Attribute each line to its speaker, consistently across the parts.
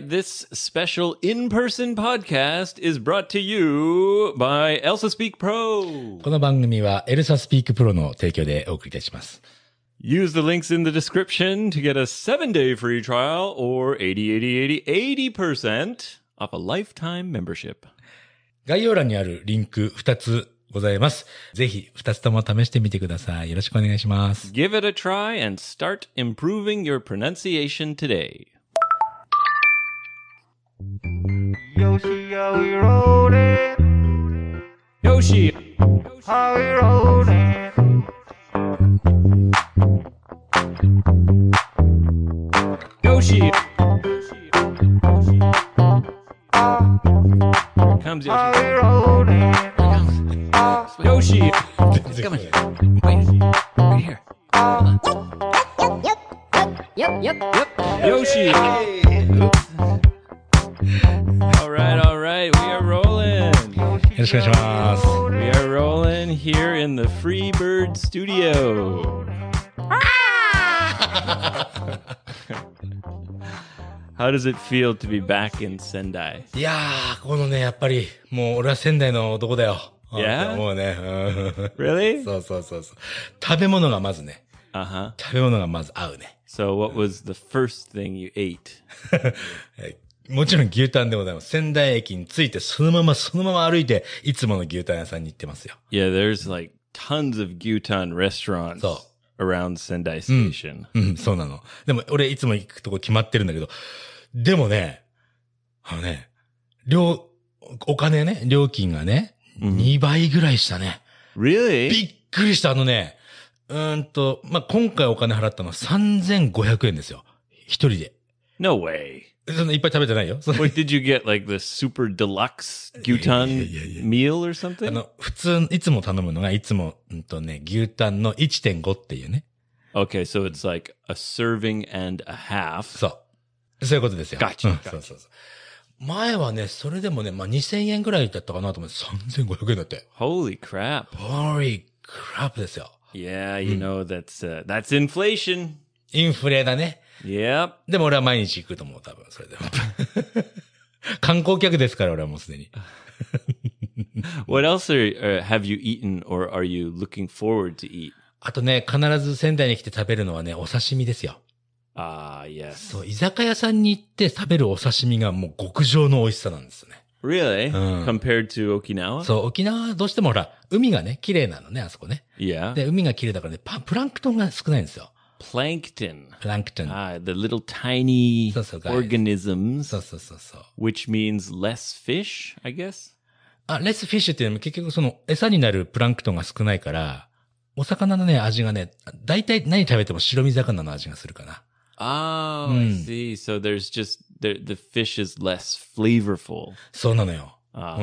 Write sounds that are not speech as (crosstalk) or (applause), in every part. Speaker 1: This special in person podcast is brought to you by Elsa Speak Pro.
Speaker 2: この番組はエルサスピークプロの提供でお送りいたします。
Speaker 1: Use the links in the description to get a seven day free trial or 80, 80, 80, 80% off a lifetime membership.
Speaker 2: 概要欄にあるリンク2つございます。ぜひ2つとも試してみてください。よろしくお願いします。
Speaker 1: Give it a try and start improving your pronunciation today.
Speaker 3: Yoshi, are we rolling?
Speaker 1: Yoshi,
Speaker 3: Are we rolling?
Speaker 1: Yoshi. Here comes
Speaker 3: Are
Speaker 1: Yoshi.
Speaker 3: we rolling?
Speaker 1: Yoshi.
Speaker 4: よっよっ
Speaker 1: Yoshi. All right, all right. We are rolling.
Speaker 2: よろしくお願いします。
Speaker 1: We are rolling here in the Freebird Studio. (laughs) How does it feel to be back in Sendai?
Speaker 2: いやー、このね、やっぱり、もう俺は仙台の男だよ。
Speaker 1: Yeah？
Speaker 2: もうね。うん
Speaker 1: Really?
Speaker 2: そうそうそうそう。食べ物がまずね。
Speaker 1: Uh huh.
Speaker 2: 食べ物がまず合うね。
Speaker 1: So, what was the first thing you ate?
Speaker 2: えもちろん牛タンでございます。仙台駅に着いて、そのままそのまま歩いて、いつもの牛タン屋さんに行ってますよ。
Speaker 1: Yeah, there's like tons of gyutan restaurants
Speaker 2: So.
Speaker 1: around Sendai Station.
Speaker 2: うん、そうなの。でも、俺いつも行くとこ決まってるんだけど、でもね、あのね、料、お金ね、料金がね、
Speaker 1: うん
Speaker 2: 2倍ぐらいしたね。び
Speaker 1: Mm-hmm. Really?
Speaker 2: っくりした、あのね、うーんと、まあ、今回お金払ったのは3500円ですよ。一人で。
Speaker 1: No way.
Speaker 2: そんないっぱい食べてないよ。その
Speaker 1: Wait, did you get like the super deluxe
Speaker 2: Yeah,
Speaker 1: gyutan
Speaker 2: yeah, yeah.
Speaker 1: meal or
Speaker 2: あ
Speaker 1: something?
Speaker 2: の、普通、いつも頼むのが、いつも、うんとね、牛タンの1.5っていうね。
Speaker 1: Okay, so it's like a serving and a half.
Speaker 2: そう。そういうことですよ。
Speaker 1: Gotcha,
Speaker 2: うんそうそうそう。前はね、それでもね、まあ、2000円ぐらいだったかなと思って、3500円だって。
Speaker 1: Holy crap.
Speaker 2: Holy crap ですよ。
Speaker 1: Yeah, you
Speaker 2: Hmm.
Speaker 1: know that's uh, that's inflation.
Speaker 2: インフレだね。
Speaker 1: Yep.
Speaker 2: でも俺は毎日行くと思う、多分、それでも。 (laughs) 観光客ですから、俺はもうすでに。
Speaker 1: What else are, uh, have you eaten or are you looking forward to eat?
Speaker 2: あとね、必ず仙台に来て食べるのはね、お刺身ですよ。
Speaker 1: Ah, yes.
Speaker 2: そう、居酒屋さんに行って食べるお刺身がもう極上の美味しさなんですよね。
Speaker 1: Really?
Speaker 2: Uh.
Speaker 1: Compared to Okinawa?
Speaker 2: そう、沖縄はどうしてもほら、海がね、綺麗なのね、あそこね。
Speaker 1: yeah.
Speaker 2: で、海が綺麗だからね、パプランクトンが少ないんですよ。
Speaker 1: Plankton.
Speaker 2: プランクトン。
Speaker 1: Ah, the little tiny
Speaker 2: So, so, guys.
Speaker 1: organisms,
Speaker 2: そうそうそうそう。
Speaker 1: which means less fish, I guess.
Speaker 2: あ、レスフィッシュっていうのも結局その餌になるプランクトンが少ないから、お魚のね、味がね、大体何食べても白身魚の味がするかな。
Speaker 1: Oh, I
Speaker 2: Mm.
Speaker 1: see. So there's just the the fish is less flavorful.
Speaker 2: そうなのよ。
Speaker 1: Ah,
Speaker 2: う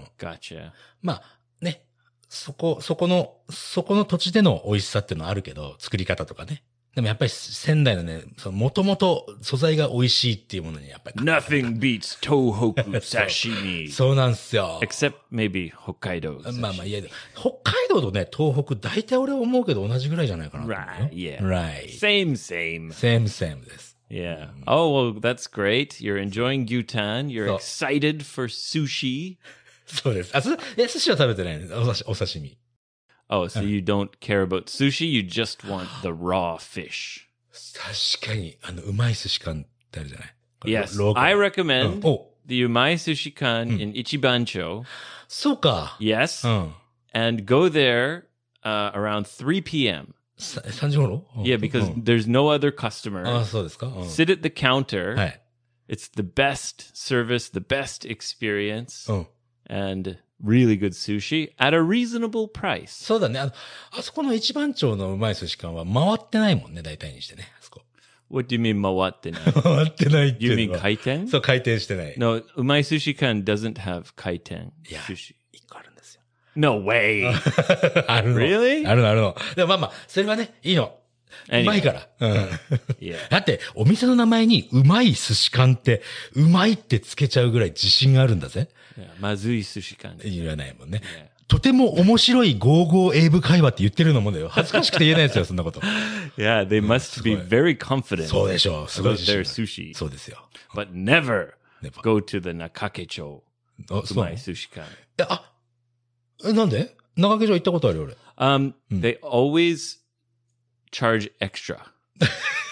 Speaker 2: ん。
Speaker 1: gotcha.
Speaker 2: まあ、ね、そこ、そこの、そこの土地での美味しさっていうのはあるけど、作り方とかね。でもやっぱり仙台のね、その元々素材が美味しいっていうものにやっぱり。
Speaker 1: Nothing beats Tohoku
Speaker 2: (laughs) So- uh,
Speaker 1: sashimi,
Speaker 2: そうなんですよ。
Speaker 1: except maybe Hokkaido.
Speaker 2: まあまあ、
Speaker 1: sashimi.
Speaker 2: いや、北海道とね、東北、大体俺思うけど同じぐらいじゃないかなと思うよ。
Speaker 1: Right, yeah.
Speaker 2: Right.
Speaker 1: Same, same.
Speaker 2: Same, same です。
Speaker 1: Yeah. Oh well, that's great. You're enjoying gyutan. You're
Speaker 2: So-
Speaker 1: excited for sushi.
Speaker 2: そうです。あ、す、え、寿司は食べてないんです。お刺しお刺身。
Speaker 1: Oh,
Speaker 2: Uh-huh.
Speaker 1: so you don't care about sushi. You just want the raw fish.
Speaker 2: 確かに、あの、うまい寿司館ってあるじゃない
Speaker 1: Yes,
Speaker 2: ローカ
Speaker 1: I
Speaker 2: ルうん
Speaker 1: recommend
Speaker 2: お、
Speaker 1: the Umai Sushi
Speaker 2: Hmm.
Speaker 1: Kan in Ichibancho.
Speaker 2: そうか。
Speaker 1: Yes.
Speaker 2: うん。
Speaker 1: and go there uh, around 3 p.m.
Speaker 2: さ3時頃
Speaker 1: Yeah, because
Speaker 2: うん
Speaker 1: there's no other customer.
Speaker 2: あそうですか、うん
Speaker 1: Sit at the counter.
Speaker 2: はい。
Speaker 1: It's the best service, the best experience,
Speaker 2: うん。
Speaker 1: and really good sushi at a reasonable price.
Speaker 2: そうだね。あの、あそこの一番町のうまい寿司館は回ってないもんね、大体にしてね。あそこ。 (laughs)
Speaker 1: What do you mean mawatte?
Speaker 2: 回ってないってい
Speaker 1: You
Speaker 2: う
Speaker 1: mean
Speaker 2: のは。
Speaker 1: kaiten?
Speaker 2: そう、回転してない。
Speaker 1: no, Umai Sushi Kan doesn't have kaiten
Speaker 2: Yeah.
Speaker 1: sushi.
Speaker 2: 一個あるんですよ。
Speaker 1: No way.
Speaker 2: (laughs) あるの。
Speaker 1: Really?
Speaker 2: あるの、あるの。でもまあまあ、それはね、いいの。うまい
Speaker 1: Anyway,
Speaker 2: から。うん。
Speaker 1: yeah.
Speaker 2: だって、お店の名前にうまい寿司館って、うまいってつけちゃうぐらい自信があるんだぜ。
Speaker 1: yeah. Mazui Sushi Kan.
Speaker 2: 言わないもんね。
Speaker 1: Yeah.
Speaker 2: とても面白い55英語会話って言ってるのもだよ。恥ずかしくて言えないですよ、そんなこと。
Speaker 1: Yeah, they must be
Speaker 2: すごい。
Speaker 1: very confident
Speaker 2: そうでしょう。すご
Speaker 1: about
Speaker 2: い自
Speaker 1: their
Speaker 2: 信がある
Speaker 1: sushi,
Speaker 2: そうですよ。
Speaker 1: but never
Speaker 2: やっぱ
Speaker 1: go to the Nakakecho
Speaker 2: あ、そうな
Speaker 1: umai
Speaker 2: の
Speaker 1: sushi kan.
Speaker 2: えあ、えなんで長家城行ったことあるよ、俺。
Speaker 1: Um,
Speaker 2: Hmm.
Speaker 1: They always charge extra.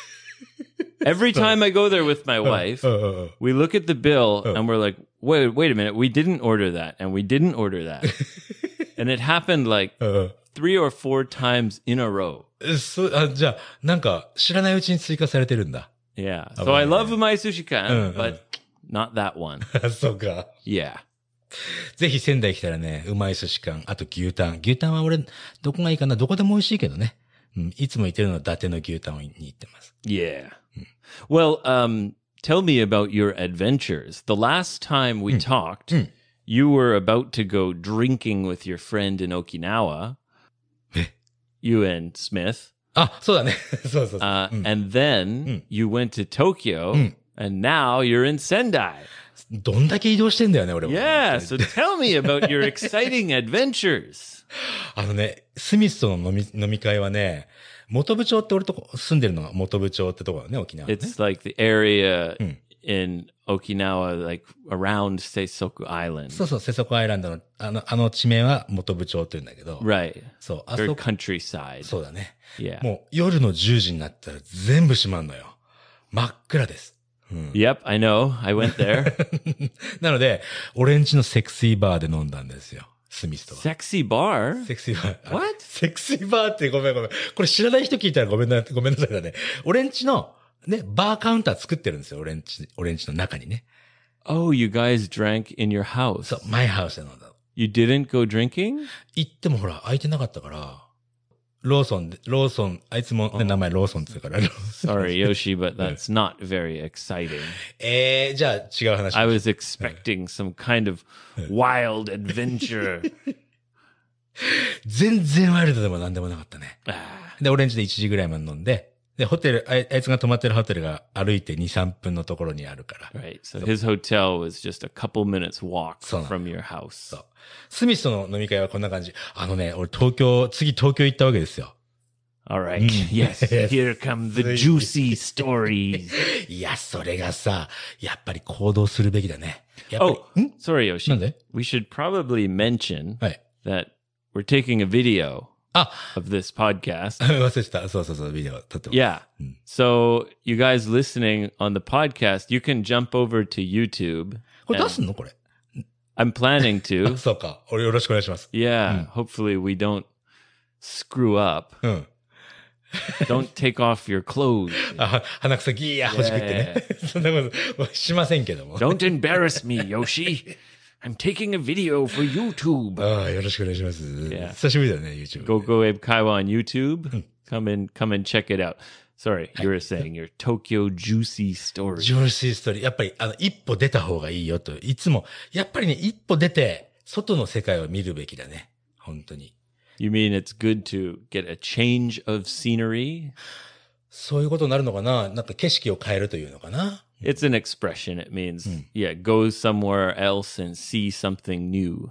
Speaker 2: (laughs)
Speaker 1: Every
Speaker 2: Sorry.
Speaker 1: time I go there with my wife,
Speaker 2: うんうんうん
Speaker 1: we look at the bill
Speaker 2: Oh.
Speaker 1: and we're like, wait, wait a minute, we didn't order that, and we didn't order
Speaker 2: (laughs)
Speaker 1: that, and it happened like
Speaker 2: うんうん
Speaker 1: three or four times in a row.
Speaker 2: えそあじゃあ、なんか、知らないうちに追加されてるんだ。 (laughs)
Speaker 1: Yeah.
Speaker 2: Oh,
Speaker 1: So I
Speaker 2: yeah.
Speaker 1: love umai sushi
Speaker 2: Uh, uh.
Speaker 1: kan, but not that one.
Speaker 2: あそうか。
Speaker 1: Yeah.
Speaker 2: ぜひ仙台来たらね、うまい寿司館、あと牛タン。牛タンは俺、どこがいいかなどこでも美味しいけどね。うん、いつも行ってるのは伊達の牛タンに行ってます。
Speaker 1: Yeah. Well, um, tell me about your adventures. The last time we talked,
Speaker 2: Mm.
Speaker 1: you were about to go drinking with your friend in Okinawa,
Speaker 2: Eh.
Speaker 1: you and Smith.
Speaker 2: あ、そうだね。 (laughs) そうそうそう。
Speaker 1: Uh,
Speaker 2: うん
Speaker 1: And then
Speaker 2: Mm.
Speaker 1: you went to Tokyo,
Speaker 2: Mm.
Speaker 1: and now you're in Sendai.
Speaker 2: どんだけ移動してんだよね、俺も。
Speaker 1: Yeah. So tell me about your exciting adventures.
Speaker 2: あのね、スミスとの飲み、飲み会はね、元部長って俺とこ住んでるのが元部長ってとこだね、沖縄、ね。
Speaker 1: It's like the area
Speaker 2: Mm.
Speaker 1: in Okinawa, like around Seisoku Island.
Speaker 2: そうそう、瀬底アイランドの、あの、あの地名は元部長って言うんだけど。
Speaker 1: Right.
Speaker 2: そう、あ
Speaker 1: Or
Speaker 2: そこ、
Speaker 1: countryside.
Speaker 2: そうだね。
Speaker 1: Yeah.
Speaker 2: もう夜の10時になったら全部閉まんのよ。真っ暗です。うん。
Speaker 1: Yep, I know. I went
Speaker 2: (laughs)
Speaker 1: there.
Speaker 2: なので、俺んちのセクシーバーで飲んだんですよ。スミスとは。
Speaker 1: Sexy bar.
Speaker 2: セクシーバー。
Speaker 1: What?
Speaker 2: セクシーバーってごめんごめん。これ知らない人聞いたらごめんな、 (laughs) ごめんなさいだね。俺んちの、ね、バーカウンター作ってるんですよ。俺んち、俺んちの中にね。
Speaker 1: Oh, you guys drank in your house.
Speaker 2: そう、マイハウスで飲んだの。
Speaker 1: You didn't go
Speaker 2: (laughs)
Speaker 1: drinking?
Speaker 2: 行ってもほら、空いてなかったから、ローソンで、ローソン、あいつもね、
Speaker 1: あ
Speaker 2: 名前ローソンって言うから。
Speaker 1: Sorry, Yoshi, but that's not very exciting.
Speaker 2: (laughs) えー、じゃあ違う話。
Speaker 1: I was expecting some kind of wild
Speaker 2: (laughs)
Speaker 1: adventure.
Speaker 2: 全然ワイルドでも何でもなかったね。
Speaker 1: Ah,
Speaker 2: で、オレンジで1時ぐらいまで飲んで、で、ホテル、あいあいつが泊まってるホテルが歩いて2、3分のところにあるから。
Speaker 1: right. So his hotel was just a couple minutes walk
Speaker 2: So-
Speaker 1: from your house.
Speaker 2: そう。スミスとの飲み会はこんな感じ。あのね、俺東京、次東京行ったわけですよ。
Speaker 1: All right. (laughs)
Speaker 2: Mm.
Speaker 1: Yes.
Speaker 2: (laughs) Yes.
Speaker 1: Here come the juicy
Speaker 2: (laughs)
Speaker 1: stories.
Speaker 2: いや、それがさ、やっぱり行動するべきだね。やっぱり
Speaker 1: Oh,
Speaker 2: ん
Speaker 1: sorry,
Speaker 2: な
Speaker 1: Yoshi.
Speaker 2: んで
Speaker 1: We should probably mention
Speaker 2: はい。 (laughs)
Speaker 1: that we're taking a video
Speaker 2: あ、
Speaker 1: of this
Speaker 2: (laughs)
Speaker 1: podcast.
Speaker 2: 忘れてた。そうそうそう、ビデオ撮ってます。
Speaker 1: Yeah.
Speaker 2: Mm.
Speaker 1: So you guys listening on the podcast, you can jump over to YouTube.
Speaker 2: これ出すのこれ。
Speaker 1: I'm planning
Speaker 2: あ (laughs)
Speaker 1: to.
Speaker 2: そうか。俺よろしくお願いします。
Speaker 1: Yeah.
Speaker 2: Mm.
Speaker 1: Hopefully we don't screw up.
Speaker 2: うん。
Speaker 1: Don't take off your clothes.
Speaker 2: あ、は鼻くそギーや、ほじくってね。 (laughs) そんなことしませんけども。
Speaker 1: Don't embarrass me, Yoshi. I'm taking a video for YouTube.
Speaker 2: ああ、よろしくお願いします。
Speaker 1: Yeah.
Speaker 2: 久しぶりだね、YouTube。
Speaker 1: Go Go Abe Kaiwa on YouTube. Come and come and check it out. Sorry, you were saying your Tokyo juicy story.
Speaker 2: ジョーシーストーリー。やっぱり、あの、一歩出た方がいいよと。いつも、やっぱりね、一歩出て、外の世界を見るべきだね。本当に。
Speaker 1: You mean it's good to get a change of scenery?
Speaker 2: そういうことになるのかななんか景色を変えるというのかな
Speaker 1: It's an expression. It means,
Speaker 2: Mm.
Speaker 1: yeah, go somewhere else and see something new.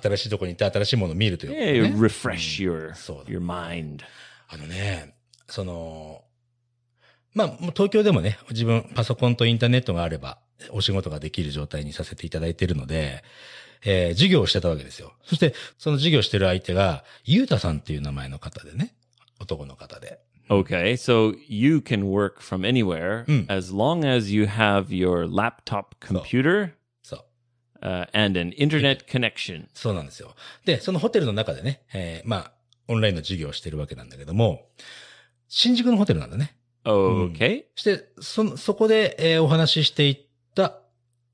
Speaker 2: 新しいとこに行って新しいものを見るということ
Speaker 1: Yeah,
Speaker 2: ね Hmm.
Speaker 1: refresh your
Speaker 2: そうだ
Speaker 1: your mind.
Speaker 2: あのね、その、まあ、もう東京でもね、自分、パソコンとインターネットがあれば、お仕事ができる状態にさせていただいているので、えー授業をしてたわけですよ。そして、その授業してる相手が、ゆうたさんっていう名前の方でね、男の方で。
Speaker 1: Okay, so you can work from anywhere
Speaker 2: Mm.
Speaker 1: as long as you have your laptop computer
Speaker 2: そう。
Speaker 1: uh, and an internet connection.
Speaker 2: そうなんですよ。で、そのホテルの中でね、えーまあ、オンラインの授業をしてるわけなんだけども、新宿のホテルなんだね。Hmm.
Speaker 1: Okay,
Speaker 2: そして、その、そこで、えーお話ししていった、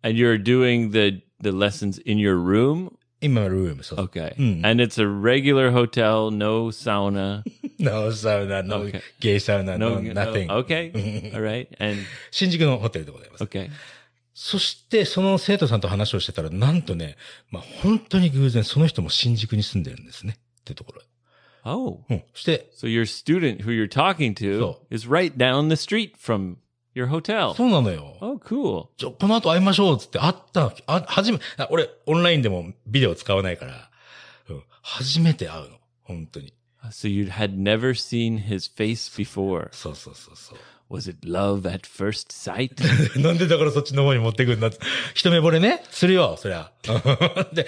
Speaker 1: and you're doing the the lessons in your room.
Speaker 2: 今のルーム、そうそう。
Speaker 1: Okay,
Speaker 2: Mm.
Speaker 1: and it's a regular hotel, no sauna,
Speaker 2: No sauna, (laughs) no
Speaker 1: Okay.
Speaker 2: gay sauna, no,
Speaker 1: no, no
Speaker 2: nothing. Hmm.
Speaker 1: Okay, all right, and
Speaker 2: 新宿のホテルでございます。
Speaker 1: okay.
Speaker 2: そして、その生徒さんと話をしてたら、なんとね、まあ本当に偶然、その人も新宿に住んでるんですね。っていうところ。
Speaker 1: Oh,
Speaker 2: うん。そして、
Speaker 1: So your student who you're talking to
Speaker 2: So-
Speaker 1: is right down the street from your hotel.
Speaker 2: そうなのよ。
Speaker 1: oh, cool.
Speaker 2: ちょ、この後会いましょうっつって、会った、あ、初め、あ俺、オンラインでもビデオ使わないから、初めて会うの。本当に。
Speaker 1: Uh, So you had never seen his face before.
Speaker 2: そうそうそうそう。
Speaker 1: Was it love at first sight?
Speaker 2: (laughs) なんでだからそっちの方に持ってくんだって一目惚れね、するよ、そりゃ。 (laughs) で、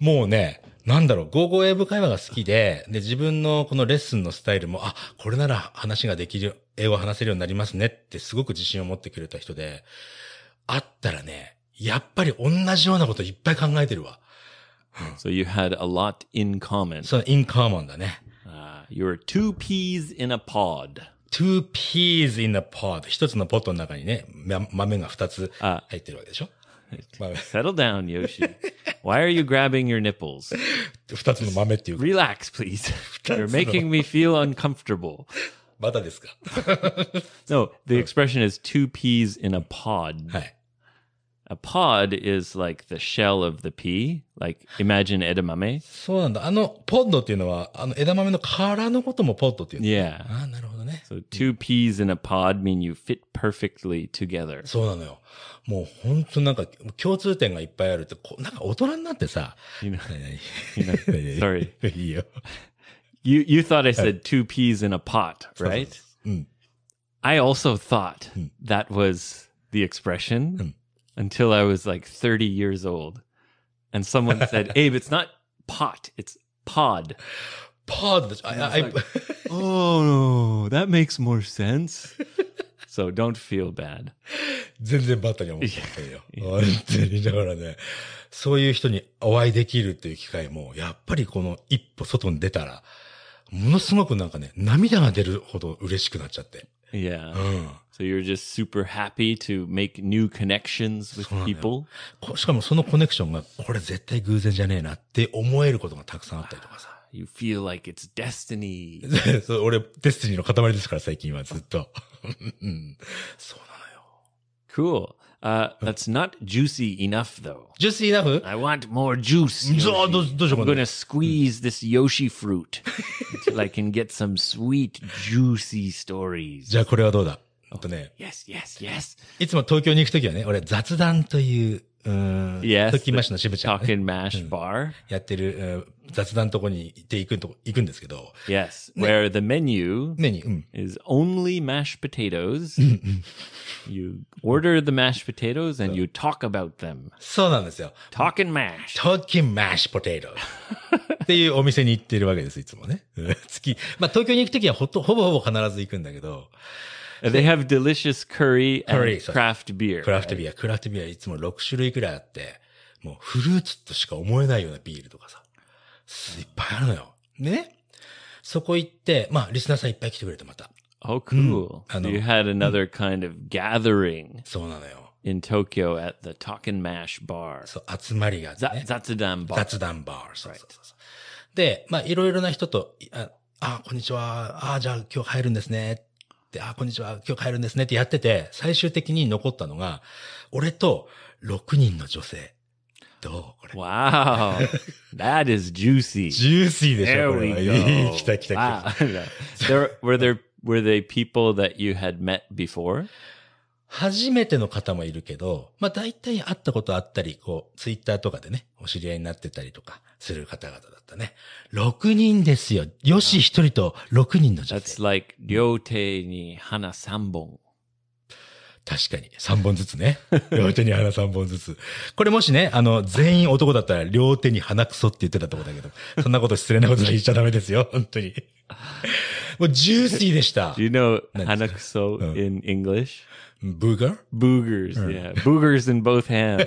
Speaker 2: もうね、なんだろう、ゴーゴー英語会話が好きで、で、自分のこのレッスンのスタイルも、あ、これなら話ができる、英語を話せるようになりますねってすごく自信を持ってくれた人で、会ったらね、やっぱり同じようなこといっぱい考えてるわ。
Speaker 1: so you had a lot in common.
Speaker 2: そのインカーマンだね。
Speaker 1: Ah, you were two peas in a pod.
Speaker 2: two peas in a pod. 一つのポットの中にね、ま豆が二つ
Speaker 1: あ
Speaker 2: 入ってるわけでしょ豆
Speaker 1: Settle down, Yoshi. Why are you grabbing your nipples?
Speaker 2: 二つの豆っていうか
Speaker 1: Relax, please. (laughs) You're making me feel uncomfortable.
Speaker 2: またですか
Speaker 1: No, the expression is two peas in a pod.
Speaker 2: はい。
Speaker 1: A pod is like the shell of the pea. Like imagine edamame.
Speaker 2: そうなんだ。あの、ポッドっていうのは、あの、枝豆の殻のこともポッドっていうんだ。
Speaker 1: Yeah.
Speaker 2: ああ、なるほどね。
Speaker 1: So two peas in a pod mean you fit perfectly together.
Speaker 2: そうなのよ。もう本当なんか、共通点がいっぱいあるって、こうなんか大人になっ
Speaker 1: (laughs)
Speaker 2: てさ、
Speaker 1: You know,
Speaker 2: 何々
Speaker 1: you know sorry.
Speaker 2: (laughs) いいよ。
Speaker 1: You you thought I said two peas in a pot,
Speaker 2: そうそう
Speaker 1: right?
Speaker 2: うん。
Speaker 1: I also thought
Speaker 2: Hmm.
Speaker 1: that was the expression
Speaker 2: Hmm.
Speaker 1: until I was like 30 years old. And someone (laughs) said, Abe, it's not pot, it's pod.
Speaker 2: ポッド、あ、あ、
Speaker 1: なんか Oh, no, that makes more sense. (laughs) so don't feel bad.
Speaker 2: 全然バッタに思ってないよ。本当に。だからね、そういう人にお会いできるっていう機会も、やっぱりこの一歩外に出たら、ものすごくなんかね、涙が出るほど嬉しくなっちゃって。
Speaker 1: Yeah.
Speaker 2: うん。
Speaker 1: So you're just super happy to make new connections with
Speaker 2: So, yeah.
Speaker 1: people.
Speaker 2: こしかもそのコネクションが、これ絶対偶然じゃねえなって思えることがたくさんあったりとか (laughs) さ。
Speaker 1: You feel like it's destiny.
Speaker 2: そう俺、デスティニーの塊ですから、最近はずっと。 (laughs) うんそうなの
Speaker 1: Cool.
Speaker 2: よ。
Speaker 1: Uh, that's not juicy enough, though.
Speaker 2: ジュースイナフ
Speaker 1: I want more juice.
Speaker 2: そう
Speaker 1: Yoshi.
Speaker 2: どうどうしよう
Speaker 1: I'm
Speaker 2: か
Speaker 1: gonna
Speaker 2: ね。
Speaker 1: squeeze this Yoshi fruit until I can get some sweet, juicy stories.
Speaker 2: じゃあこれはどうだあとね、
Speaker 1: Yes, yes, yes.
Speaker 2: いつも東京に行くときはね、俺雑談という、うーん、
Speaker 1: Yes.
Speaker 2: ときましの渋ちゃ (laughs) んがね、
Speaker 1: Talking Mash Bar.
Speaker 2: やってる、うん雑談のとこに行って行くんとこ、行くんですけど、
Speaker 1: Yes, where the menu
Speaker 2: ねに、うん。
Speaker 1: is only mashed potatoes. you order the mashed potatoes and you talk about them.
Speaker 2: そうなんですよ。
Speaker 1: Talking Mash.
Speaker 2: Talking Mash (laughs) Potato っていうお店に行ってるわけです、いつもね。うん月。まあ東京に行くときはほと、ほぼほぼ必ず行くんだけど、
Speaker 1: They have delicious curry and
Speaker 2: Curry, so-
Speaker 1: craft beer.
Speaker 2: クラフトビア、クラフトビアいつも6種類くらいあって、もうフルーツとしか思えないようなビールとかさ、いっぱいあるのよ。ね。そこ行って、まあリスナーさんいっぱい来てくれてまた。
Speaker 1: Oh, cool.
Speaker 2: Mm,
Speaker 1: So
Speaker 2: I know. Mm.
Speaker 1: you had another kind of gathering
Speaker 2: そうなのよ。
Speaker 1: in Tokyo at the Talking Mash Bar.
Speaker 2: そう、集まりがあって
Speaker 1: Za-
Speaker 2: ね。
Speaker 1: Zatsudan Bar.
Speaker 2: 雑談バー。そうそうそうそう。で、まあ、いろいろな人と、いあ、あこんにちは。あ、じゃあ今日入るんですね。で、あ、こんにちは。今日入るんですね。ってやってて、最終的に残ったのが、俺と6人の女性。どうこれ。
Speaker 1: (laughs) Wow. that is juicy.
Speaker 2: ジューシーでし
Speaker 1: There
Speaker 2: ょこれ
Speaker 1: we
Speaker 2: は
Speaker 1: go.
Speaker 2: 来た来た来た。
Speaker 1: Wow. (laughs) there, were there were they people that you had met before?
Speaker 2: 初めての方もいるけど、まあ大体会ったことあったり、こう、ツイッターとかでね、お知り合いになってたりとかする方々だったね。6人ですよ。よし1人と6人の女
Speaker 1: That's
Speaker 2: 性。
Speaker 1: like Ryote ni hana sambon.
Speaker 2: 確かに。3本ずつね。 (laughs) 両手に花3本ずつ。これもしね、あの、全員男だったら両手に花クソって言ってたとこだけど、そんなこと失礼なこと言っちゃダメですよ。本当に。もうジューシーでした。
Speaker 1: Do you know
Speaker 2: Nice.
Speaker 1: hanakuso
Speaker 2: (laughs) Oh.
Speaker 1: in English?
Speaker 2: ブーガー
Speaker 1: Boogers, yeah. Boogers in both (laughs) hands.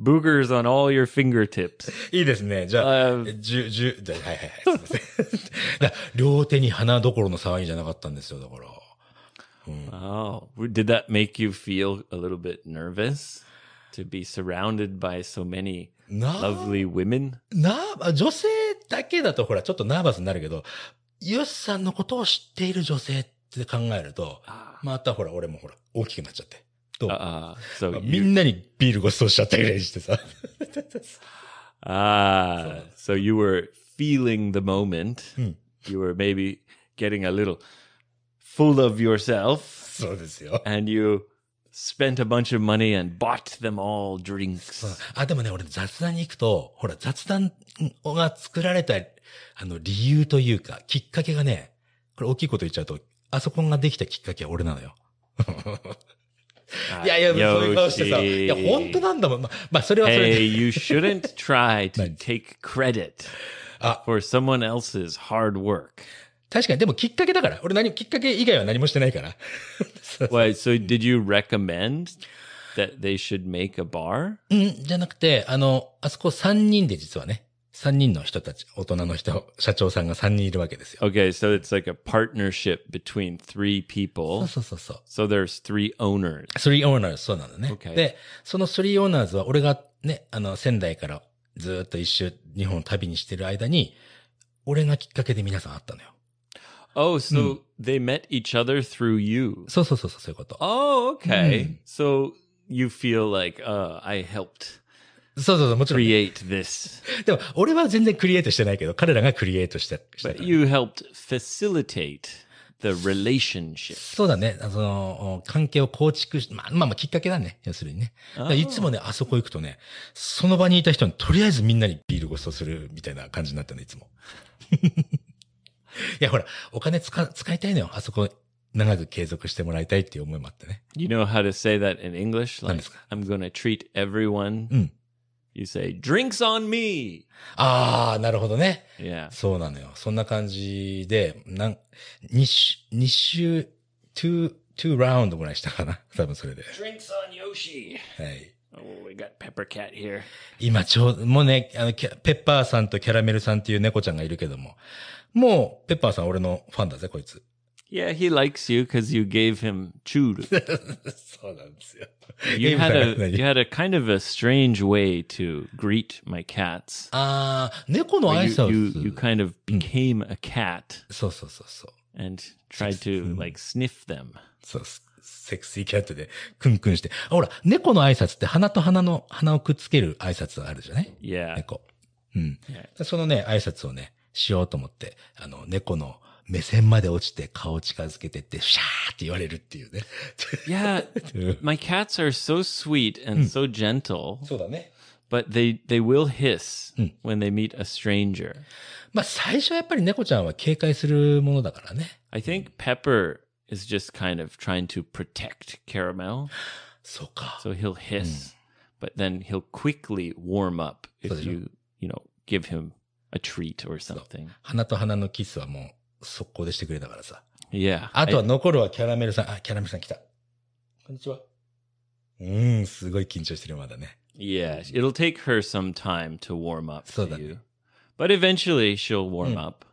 Speaker 1: Boogers on all your fingertips.
Speaker 2: いいですね。じゃあ、
Speaker 1: Uh,
Speaker 2: じゅ、じゅ、じゃはいはいはい。すいません。 (laughs) だ両手に花どころの騒ぎじゃなかったんですよ、だから。
Speaker 1: Oh, did that make you feel a little bit nervous to be surrounded by so many
Speaker 2: な
Speaker 1: (gasps) lovely women?
Speaker 2: なあ、女性だけだとほら、ちょっとナーバスになるけど、ヨシさんのことを知っている女性って考えると、
Speaker 1: Ah.
Speaker 2: またほら、俺もほら、大きくなっちゃって。どう
Speaker 1: Uh, so
Speaker 2: まあみ
Speaker 1: you,
Speaker 2: んなにビールごちそうしちゃったりしてさ。
Speaker 1: ah, so you were feeling the moment.
Speaker 2: Hmm.
Speaker 1: You were maybe getting a little full of yourself,
Speaker 2: (laughs) そうですよ。
Speaker 1: and you spent a bunch of money and bought them all drinks.
Speaker 2: そうあ、でもね、俺雑談に行くと、ほら、雑談が作られた、あの、理由というか、きっかけがね、これ大きいこと言っちゃうと、あそこができたきっかけは俺なのよ。
Speaker 1: Ah,
Speaker 2: (laughs) いやいや、そういう顔してさ、いや、本当
Speaker 1: Yoshi.
Speaker 2: なんだもん。まあ、まあ、それはそれ
Speaker 1: Hey,
Speaker 2: で。
Speaker 1: you shouldn't try to
Speaker 2: Nice.
Speaker 1: take credit
Speaker 2: あ、
Speaker 1: for someone else's hard work.
Speaker 2: 確かに、でもきっかけだから。俺何、きっかけ以外は何もしてない (laughs) から。
Speaker 1: Wait, so did you recommend that they should make a bar?
Speaker 2: うん、じゃなくて、あの、あそこ3人で実はね、3人の人たち、大人の人、社長さんが3人いるわけですよ。
Speaker 1: Okay, so it's like a partnership between three
Speaker 2: そう
Speaker 1: people.
Speaker 2: (laughs) そうそうそう。
Speaker 1: So there's three owners.
Speaker 2: 3オーナーズ、そうなんだね。
Speaker 1: Okay.
Speaker 2: で、その3オーナーズは、俺がね、あの、仙台からずーっと一周、日本を旅にしてる間に、俺がきっかけで皆さん会ったのよ。
Speaker 1: Oh, so they met each other through you.
Speaker 2: そうそうそうそう、そういうこと。
Speaker 1: Oh, okay.
Speaker 2: Hmm.
Speaker 1: So you feel like uh, I helped
Speaker 2: そうそうそう、もちろん。
Speaker 1: create this,
Speaker 2: でも、俺は全然クリエイトしてないけど、彼らがクリエイトして、して
Speaker 1: but
Speaker 2: た
Speaker 1: you helped facilitate the relationship.
Speaker 2: そうだね。あその、関係を構築し、まあまあまあきっかけだね。要するにね。だからいつもね、あそこ行くとね、その場にいた人にとりあえずみんなにビールごちそうするみたいな感じになったね、いつも。 (laughs) いや、ほら、お金使、使いたいのよ。あそこ、長く継続してもらいたいっていう思いもあってね。
Speaker 1: You know how to say that in English? Like,
Speaker 2: 何ですか？
Speaker 1: I'm going to treat everyone.
Speaker 2: うん。
Speaker 1: You say, drinks on me.
Speaker 2: あー、なるほどね。
Speaker 1: Yeah.
Speaker 2: そうなのよ。そんな感じで、なん、2週、2週、2、2ラウンドぐらいしたかな。 (laughs) 多分それで。
Speaker 1: Drinks on Yoshi.
Speaker 2: はい。
Speaker 1: Oh, we got Pepper Cat here.
Speaker 2: 今ちょう、もうね、あの、キャペッパーさんとキャラメルさんっていう猫ちゃんがいるけども、もう、ペッパーさん俺のファンだぜ、こいつ。
Speaker 1: Yeah, he likes you because you gave him churu.
Speaker 2: (laughs) そうなんですよ。
Speaker 1: You had
Speaker 2: エイブさ
Speaker 1: a
Speaker 2: んが
Speaker 1: you
Speaker 2: 何
Speaker 1: had a kind of a strange way to greet my cats.
Speaker 2: あー、猫の
Speaker 1: Or
Speaker 2: 挨
Speaker 1: You,
Speaker 2: 拶
Speaker 1: you you kind of became a cat
Speaker 2: そうそうそうそう。
Speaker 1: and tried to like sniff them.
Speaker 2: そう、セセクシーキャットでクンクンして。あほら、猫の挨拶って鼻と鼻の、鼻をくっつける挨拶あるじゃない
Speaker 1: Yeah.
Speaker 2: 猫。うん
Speaker 1: は。
Speaker 2: でそのね、挨拶をね、しようと思って、あの、猫の目線まで落ちて顔近づけてって、シャーって言われるっていうね。
Speaker 1: Yeah. My cats are so sweet and so gentle,
Speaker 2: (laughs) そうだね。
Speaker 1: but they they will hiss when they meet a stranger.
Speaker 2: まあ最初はやっぱり猫ちゃんは警戒するものだからね。
Speaker 1: I think Pepper is just kind of trying to protect Caramel,
Speaker 2: そうか。
Speaker 1: so he'll hiss, but then he'll quickly warm up if
Speaker 2: そうでしょ？
Speaker 1: you, you know, give him a treat or something.
Speaker 2: 鼻と鼻のキスはもう速攻でしてくれたからさ。
Speaker 1: Yeah.
Speaker 2: あとは
Speaker 1: I-
Speaker 2: 残るはキャラメルさん。あ、キャラメルさん来た。こんにちは。うーん、すごい緊張してるまだね。
Speaker 1: yeah, it'll take her some time to warm up
Speaker 2: So
Speaker 1: to
Speaker 2: that-
Speaker 1: you. But eventually she'll warm up.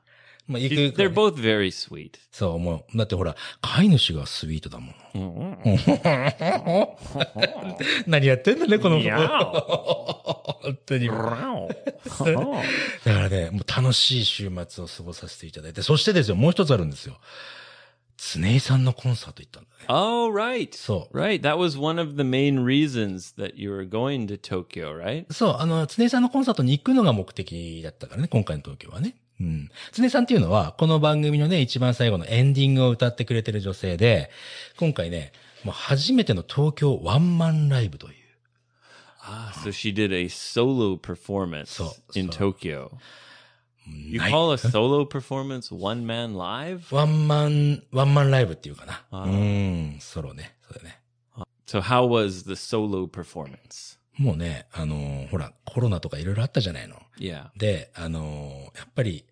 Speaker 2: まあ行
Speaker 1: She's-
Speaker 2: く行く、
Speaker 1: they're both very sweet.
Speaker 2: そう思う。だってほら、飼い主がスイートだもん。 (laughs) 何やってんだね、この子。
Speaker 1: にゃ
Speaker 2: 本当に。だ (laughs) からね、もう楽しい週末を過ごさせていただいて、そしてですよ、もう一つあるんですよ。常井さんのコンサート行ったんだね。
Speaker 1: oh, right.
Speaker 2: そう。
Speaker 1: Right. That was one of the main reasons that you were going to Tokyo, right?
Speaker 2: そう、あの、常井さんのコンサートに行くのが目的だったからね、今回の東京はね。うん。常井さんっていうのは、この番組のね、一番最後のエンディングを歌ってくれてる女性で、今回ね、もう初めての東京ワンマンライブという。
Speaker 1: Ah, so she did a solo performance
Speaker 2: So-
Speaker 1: in
Speaker 2: so-
Speaker 1: Tokyo. You
Speaker 2: ない
Speaker 1: call a solo performance one man live?
Speaker 2: ワンマン、ワンマンライブっていうかな。
Speaker 1: あ
Speaker 2: う
Speaker 1: ー
Speaker 2: ん、ソロね。そうだね。
Speaker 1: So how was the solo performance?
Speaker 2: もうね、あのーほら、コロナとかいろいろあったじゃないの。
Speaker 1: Yeah.
Speaker 2: で、あのーやっぱり、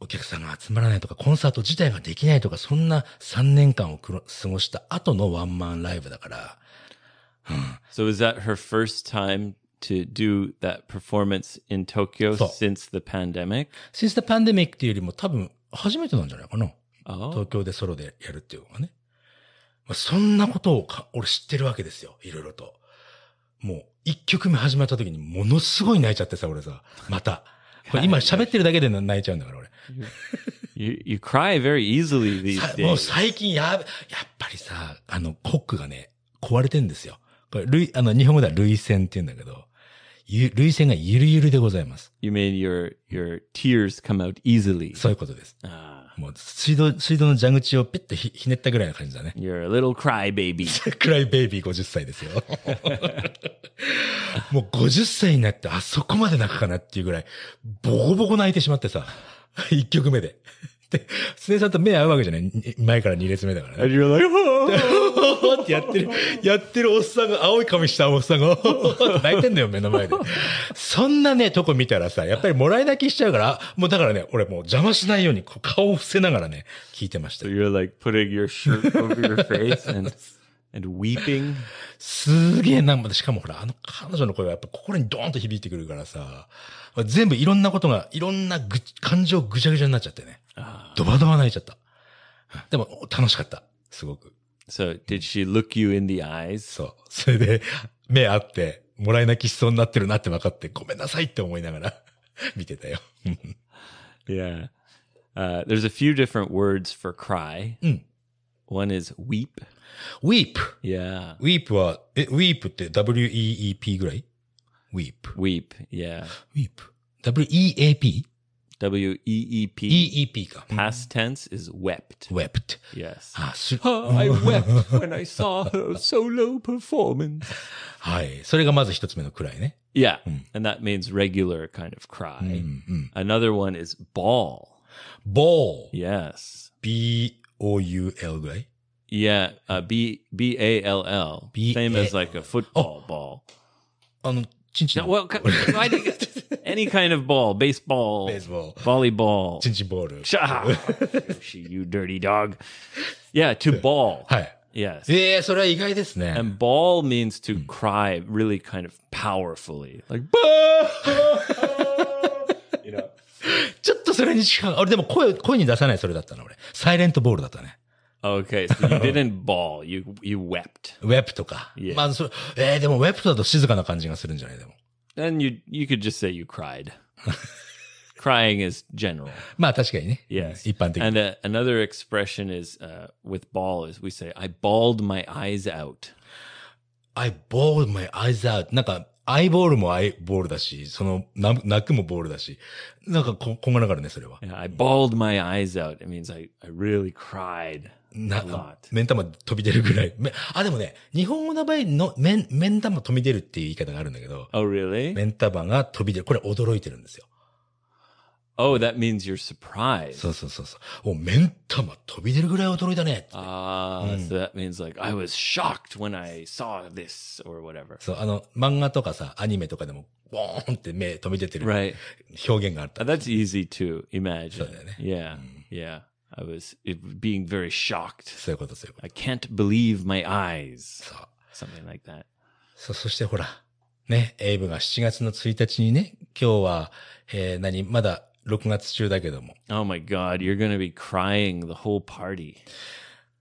Speaker 2: お客さんが集まらないとか、コンサート自体ができないとか、そんな3年間をくろ過ごした後のワンマンライブだから、
Speaker 1: So is that her first time to do that performance in Tokyo
Speaker 2: So-
Speaker 1: since the pandemic?
Speaker 2: Since the pandemic っていうよりも多分初めてなんじゃないかな。
Speaker 1: Oh.
Speaker 2: 東京でソロでやるっていうのがね。まあ、そんなことをか俺知ってるわけですよ。いろいろと。もう、一曲目始まった時にものすごい泣いちゃってさ、俺さ。また。これ今喋ってるだけで泣いちゃうんだから、俺。
Speaker 1: You you cry very easily these
Speaker 2: さもう
Speaker 1: days.
Speaker 2: 最近やべ、やっぱりさ、あの、コックがね、壊れてんですよ。これ、類、あの、日本語では類線って言うんだけど、ゆ涙腺がゆるゆるでございます。
Speaker 1: You made your your tears come out easily.
Speaker 2: そういうことです。
Speaker 1: Ah,
Speaker 2: もう水道、水道の蛇口をピッとひひねったぐらいの感じだね。 (laughs)
Speaker 1: you're a little crybaby.
Speaker 2: クライベイビー50歳ですよ。 (laughs) もう50歳になってあそこまで泣くかなっていうぐらい、ボコボコ泣いてしまってさ、1曲目で。で、スネさんと目合うわけじゃない。に前から2列目だからね。
Speaker 1: you're like, (laughs) oh.
Speaker 2: ってやってる、やってるおっさんが、青い髪したおっさんが、 (laughs) 泣いてんだよ、目の前で。そんなね、とこ見たらさ、やっぱりもらい泣きしちゃうから、もうだからね、俺もう邪魔しないようにこう顔を伏せながらね、聞いてました
Speaker 1: So。you're like putting your shirt over (laughs) your face and and weeping.
Speaker 2: すげえな、までしかもほら、あの彼女の声はやっぱ心にドーンと響いてくるからさ、全部いろんなことが、いろんなぐ感情ぐちゃぐちゃになっちゃってね。
Speaker 1: Ah.
Speaker 2: ドバドバ泣いちゃった。でも、楽しかった。すごく。
Speaker 1: So did she look you in the eyes?
Speaker 2: そう。 (laughs) それで、目合って、もらい泣きしそうになってるなって分かって、ごめんなさいって思いながら (laughs) 見てたよ。
Speaker 1: Yeah. Uh, there's a few different words for cry.
Speaker 2: Mm.
Speaker 1: One is weep.
Speaker 2: weep。
Speaker 1: Yeah.
Speaker 2: weep は、え、weep って w-e-e-p ぐらい ?weep。
Speaker 1: Weep. Yeah.
Speaker 2: weep。w-e-a-p?
Speaker 1: W E E P.
Speaker 2: e-e-p か。
Speaker 1: Past tense is wept.
Speaker 2: wept。
Speaker 1: (gasps) Yes.
Speaker 2: あ、 (laughs) す、
Speaker 1: (laughs) I wept when I saw her solo performance.
Speaker 2: (laughs) はい。それがまず一つ目のくらいね。
Speaker 1: Yeah.
Speaker 2: Mm.
Speaker 1: And that means regular kind of cry.
Speaker 2: うんうん。
Speaker 1: Another one is ball.
Speaker 2: ball.
Speaker 1: Yes.
Speaker 2: b-o-u-l ぐらい
Speaker 1: Yeah. Uh, B B A L L. Oh.
Speaker 2: B
Speaker 1: Same
Speaker 2: A-
Speaker 1: as like a football ball.
Speaker 2: あの、ちんちん。
Speaker 1: No, well,
Speaker 2: (laughs)
Speaker 1: c- why do you, any kind of ball, baseball,
Speaker 2: ベースボー
Speaker 1: (laughs)
Speaker 2: ル。
Speaker 1: volleyball.
Speaker 2: ちんちんボール。
Speaker 1: Shah, you dirty dog. Yeah, to ball.
Speaker 2: はい。
Speaker 1: Yes.
Speaker 2: ええそれは意外ですね。
Speaker 1: And ball means to cry really kind of powerfully. Like, (laughs)
Speaker 2: ちょっとそれに近い。俺でも声、声に出さないそれだったな、俺。サイレントボールだったね。
Speaker 1: okay, so (laughs) you didn't ball, you you wept.
Speaker 2: ウェプとか。
Speaker 1: Yeah.
Speaker 2: まあ、それ、えー、でもウェプだと静かな感じがするんじゃないでも。
Speaker 1: Then you you could just say you (laughs) cried. Crying is general.
Speaker 2: まあ確かにね。
Speaker 1: Yes.
Speaker 2: 一般的に。
Speaker 1: And uh, another expression is uh, with ball is we say I bawled my eyes out.
Speaker 2: I ball my eyes out. なんか、アイボールもアイボールだし、その、な泣くもボールだし。なんかこ、こんがらがるね、それは。
Speaker 1: Yeah, I bawled my eyes out. It means I, I really cried.
Speaker 2: な
Speaker 1: A lot.、
Speaker 2: 目ん玉飛び出るぐらい。めあ、でもね、日本語の場合の、目ん、目ん玉飛び出るっていう言い方があるんだけど、
Speaker 1: Oh, really?
Speaker 2: 目ん玉が飛び出る。これ驚いてるんですよ。
Speaker 1: Oh, that means you're surprised.
Speaker 2: そうそうそうそう。お、目ん玉飛び出るぐらい驚いたね。
Speaker 1: Ah, so that means like I was shocked when I saw this or whatever.
Speaker 2: そう、あの、漫画とかさ、アニメとかでも、ボーンって目飛び出てる
Speaker 1: Right.
Speaker 2: 表現があった。
Speaker 1: Uh, That's easy to imagine.
Speaker 2: So, yeah.
Speaker 1: Yeah. Yeah. I was it, being very shocked.
Speaker 2: そういうこと、そういうこと。
Speaker 1: I can't believe my eyes.
Speaker 2: そう。
Speaker 1: Something like that.
Speaker 2: そ、そしてほら、ね、エイブが7月の1日にね、今日は、えー何、まだ6月中だけども、
Speaker 1: Oh my God, you're going to be crying the whole party.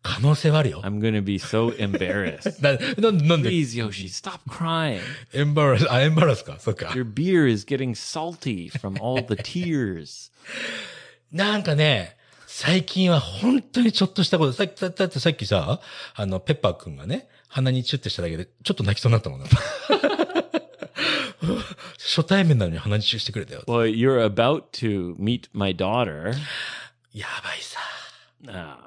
Speaker 2: 可能性はあるよ。
Speaker 1: I'm going to be so (laughs) embarrassed.
Speaker 2: な、 (laughs) な、なんで、
Speaker 1: Please, Yoshi, stop crying.
Speaker 2: エンバラス、あ、エンバラスか、そっか
Speaker 1: Your。beer is getting salty from all the tears.
Speaker 2: なんかね、最近は本当にちょっとしたこと、さっき、だだってさっきさ、あの、ペッパーくんがね、鼻にチュッてしただけで、ちょっと泣きそうになったも (laughs) んな。初対面なのに鼻にチュッしてくれたよ。
Speaker 1: (laughs) Well, you're about to meet my daughter.
Speaker 2: やばいさ。
Speaker 1: Ah,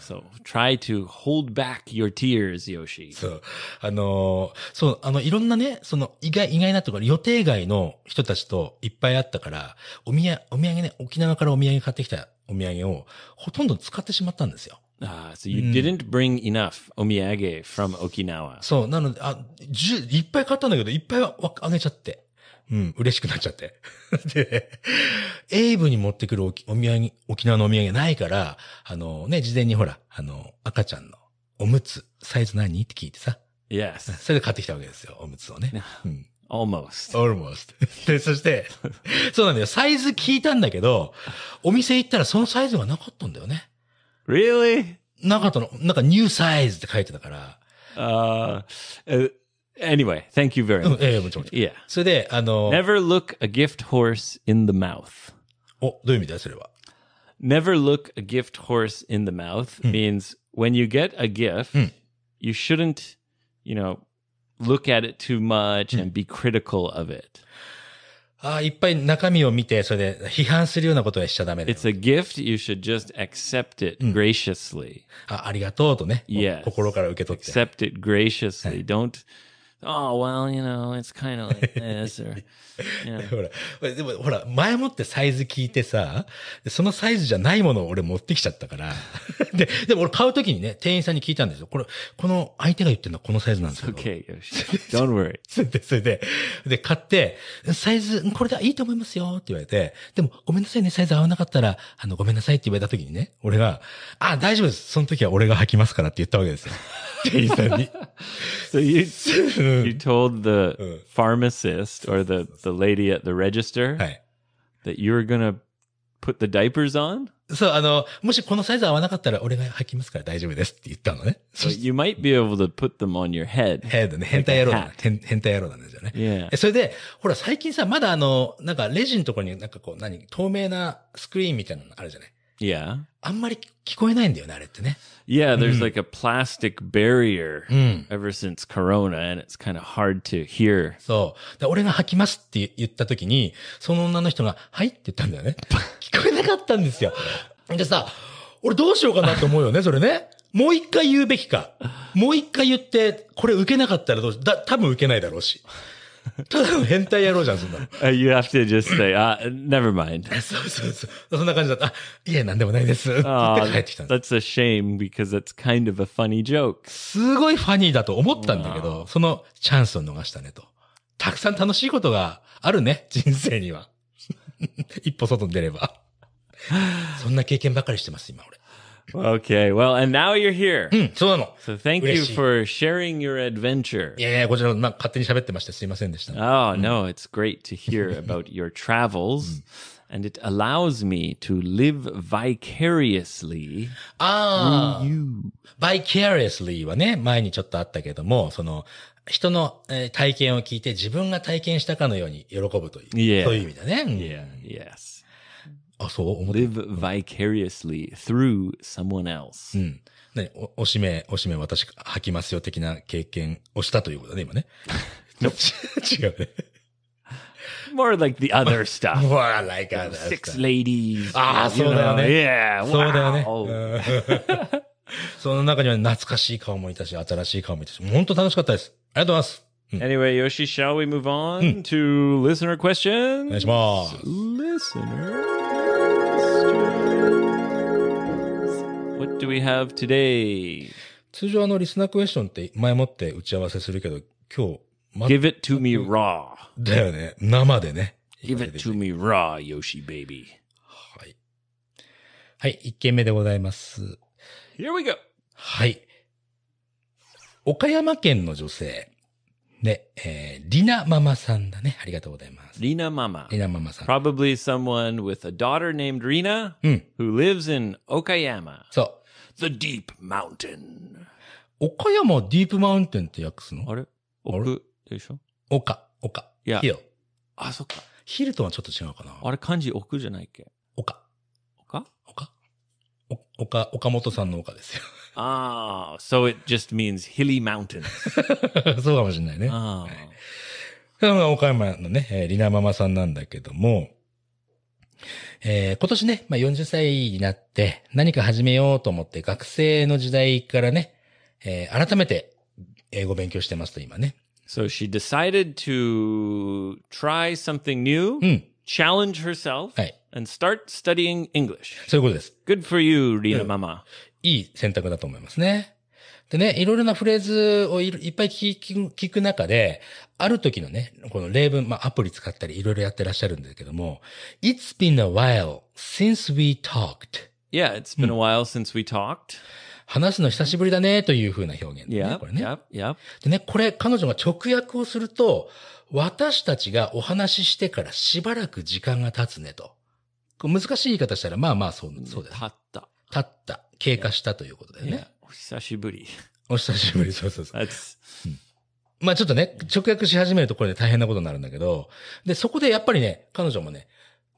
Speaker 1: so try to hold back your tears, Yoshi.
Speaker 2: そう。あのーそう、あの、いろんなね、その、意外、意外なところ、予定外の人たちといっぱいあったから、お土産、お土産ね、沖縄からお土産買ってきたお土産を、ほとんど使ってしまったんですよ。
Speaker 1: Ah, so you didn't bring enough omiyage from (laughs) Okinawa.
Speaker 2: そう、なので、あ、十、いっぱい買ったんだけど、いっぱいはわあげちゃって。うん、嬉しくなっちゃって。 (laughs) で、エイブに持ってくるおきお土産、沖縄のお土産ないから、あのね、事前にほら、あの、赤ちゃんのおむつ、サイズ何って聞いてさ、
Speaker 1: Yes,
Speaker 2: それで買ってきたわけですよ、おむつをね。うん。
Speaker 1: almost.
Speaker 2: almost. (laughs) で、そして、そうなんだよ、サイズ聞いたんだけど、お店行ったらそのサイズがなかったんだよね。
Speaker 1: Really?
Speaker 2: なかったの、なんかニューサイズって書いてたから、
Speaker 1: Uh, uh, anyway, thank you very
Speaker 2: うん
Speaker 1: much.、
Speaker 2: ええもちろんもちろん。
Speaker 1: Yeah.
Speaker 2: それで、あの、
Speaker 1: Never look a gift horse in the mouth.
Speaker 2: お、どういう意味だよ、それは。
Speaker 1: Never look a gift horse in the mouth means when you get a gift, you shouldn't, you know, look at it too much and be critical of it.
Speaker 2: ああ、いっぱい中身を見て、それで批判するようなことはしちゃダメだよ
Speaker 1: It's a gift. You should just accept it graciously.
Speaker 2: あ。ありがとうとね。
Speaker 1: Yes.
Speaker 2: 心から受け取って。
Speaker 1: Accept it graciously. Don't, oh, well, you know, it's kind of like this or, you
Speaker 2: (laughs)
Speaker 1: know.
Speaker 2: ほら、でもほら、前もってサイズ聞いてさ、でそのサイズじゃないものを俺持ってきちゃったから。 (laughs) で、でも俺買うときにね、店員さんに聞いたんですよ。これ、この相手が言ってるのはこのサイズなんですけど。
Speaker 1: Okay, Yoshi. Don't worry.
Speaker 2: (laughs) それで、それで、で、買って、サイズ、これでいいと思いますよって言われて、でも、ごめんなさいね、サイズ合わなかったら、あの、ごめんなさいって言われた時にね、俺が、あ、大丈夫です。その時は俺が履きますからって言ったわ
Speaker 1: (laughs)
Speaker 2: けですよ。店員さんに。
Speaker 1: So you you told the
Speaker 2: Uh.
Speaker 1: pharmacist or the the lady at the register
Speaker 2: はい。
Speaker 1: that you were gonna put the diapers on.
Speaker 2: そう、あの、もしこのサイズ合わなかったら、俺が履きますから大丈夫ですって言ったのね。そ
Speaker 1: But you might be able to put them on your head.
Speaker 2: 変だね。変態野郎だね
Speaker 1: Like a hat.。
Speaker 2: 変変態野郎なんですよね。
Speaker 1: Yeah.
Speaker 2: えそれで、ほら、最近さ、まだあの、なんか、レジのところになんかこう、何、透明なスクリーンみたいなのあるじゃない。
Speaker 1: Yeah.
Speaker 2: あんまり聞こえないんだよね、あれってね。
Speaker 1: Yeah, there's like a plastic barrier
Speaker 2: うん。
Speaker 1: ever since corona and it's kind of hard to hear.
Speaker 2: そう。で俺が吐きますって言った時に、その女の人が、はいって言ったんだよ (laughs) ね。聞こえなかったんですよ。でさ、俺どうしようかなと思うよね、それね。もう一回言うべきか。もう一回言って、これ受けなかったらどうし、だ、多分受けないだろうし。ただの変態野郎じゃん、そんなの。
Speaker 1: Uh, you have to just say, uh, never (laughs) mind.
Speaker 2: (laughs) そうそうそう。そんな感じだった。あ、いえ、なんでもないです。って言って帰
Speaker 1: Oh,
Speaker 2: ってきたんです。
Speaker 1: that's a shame because that's kind of a funny joke.
Speaker 2: すごいファニーだと思ったんだけど、そのチャンスを逃したねと。たくさん楽しいことがあるね、 (laughs) 人生には。一歩外に出れ (laughs) ば。そんな経験ばかりしてます、今俺。
Speaker 1: Okay, well, and now you're here.
Speaker 2: うん、そうなの。
Speaker 1: So thank Hmm. you
Speaker 2: 嬉しい。
Speaker 1: for sharing your adventure.
Speaker 2: いやいや、こちらの、なんか勝手に喋ってましてすいませんでした。
Speaker 1: Oh, no, it's great to (laughs) hear about your travels. And it allows me to live vicariously.
Speaker 2: ああ。vicariously はね、前にちょっとあったけども、その、人のえー体験を聞いて自分が体験したかのように喜ぶという。
Speaker 1: Yeah.
Speaker 2: そういう意味だね。うん
Speaker 1: Yes.
Speaker 2: あ、そう思って
Speaker 1: Live vicariously through someone else.
Speaker 2: うん。何お、おしめ、おしめ私履きますよ的な経験をしたということだね、今ね。 (laughs) 違うね。
Speaker 1: More like the (laughs) other stuff.
Speaker 2: ほら、ライカ
Speaker 1: Six ladies.
Speaker 2: Ah,
Speaker 1: you know,
Speaker 2: そうだよね。
Speaker 1: eh? Yeah.
Speaker 2: そうだよね
Speaker 1: wow.。
Speaker 2: うん (laughs) その中には懐かしい顔もいたし、新しい顔もいたし、本当楽しかったです。ありがとうございます。うん、
Speaker 1: Anyway, Yoshi, shall we move on to listener
Speaker 2: お願い
Speaker 1: questions?
Speaker 2: します。
Speaker 1: Listener questions. What do we have today?
Speaker 2: 通常あの、リスナークエスチョンって前もって打ち合わせするけど、今日、ま、
Speaker 1: Give it to me raw.
Speaker 2: だよね。生でね。
Speaker 1: Give it to me raw, Yoshi baby.
Speaker 2: はい。はい、一件目でございます。
Speaker 1: Here we go.
Speaker 2: はい。岡山県の女性。で、えー、りなママさんだね。ありがとうございます。り
Speaker 1: Rina Mama.
Speaker 2: なママさん。
Speaker 1: Probably someone with a daughter named Rina
Speaker 2: うん。
Speaker 1: who lives in Okayama,
Speaker 2: そ
Speaker 1: the deep mountain.
Speaker 2: う。岡山ディープマウンテンって訳すの
Speaker 1: あれ奥でしょ
Speaker 2: 岡、岡。
Speaker 1: いや
Speaker 2: ヒル。
Speaker 1: あ、そっか。
Speaker 2: ヒルとはちょっと違うかな。
Speaker 1: あれ漢字奥じゃないっけ
Speaker 2: 岡。
Speaker 1: 岡
Speaker 2: 岡お岡、岡本さんの岡ですよ。 (laughs)
Speaker 1: Ah, so it just means hilly mountains.
Speaker 2: そうかもしれないね。
Speaker 1: Ah.
Speaker 2: まあ岡山のね、えー、りなママさんなんだけども、えー今年ね、まあ、40歳になって何か始めようと思って学生の時代からね、えー改めて英語勉強してますと今ね。
Speaker 1: So she decided to try something new,
Speaker 2: うん。
Speaker 1: challenge herself,
Speaker 2: はい。
Speaker 1: and start studying English.
Speaker 2: そういうことです。
Speaker 1: Good for you, Rina Mama.
Speaker 2: いい選択だと思いますね。でね、いろいろなフレーズをいるいっぱい聞き聞く聞く中で、ある時のね、この例文、まあアプリ使ったりいろいろやってらっしゃるんだけども、It's been a while since we talked.
Speaker 1: Yeah, it's been a while since we talked.
Speaker 2: 話すの久しぶりだねという風な表現、ね。
Speaker 1: Yeah,
Speaker 2: これね。
Speaker 1: yeah, yeah.
Speaker 2: でね、これ彼女が直訳をすると、私たちがお話ししてからしばらく時間が経つねと。こう難しい言い方したら、まあまあそう、そうだよね。
Speaker 1: たった。
Speaker 2: 経った、経過したということだよ
Speaker 1: Yeah.
Speaker 2: ね。
Speaker 1: お久しぶり。
Speaker 2: お久しぶり、そうそうそう。
Speaker 1: That's
Speaker 2: まあちょっとね、直訳し始めるとこれで大変なことになるんだけど、で、そこでやっぱりね、彼女もね、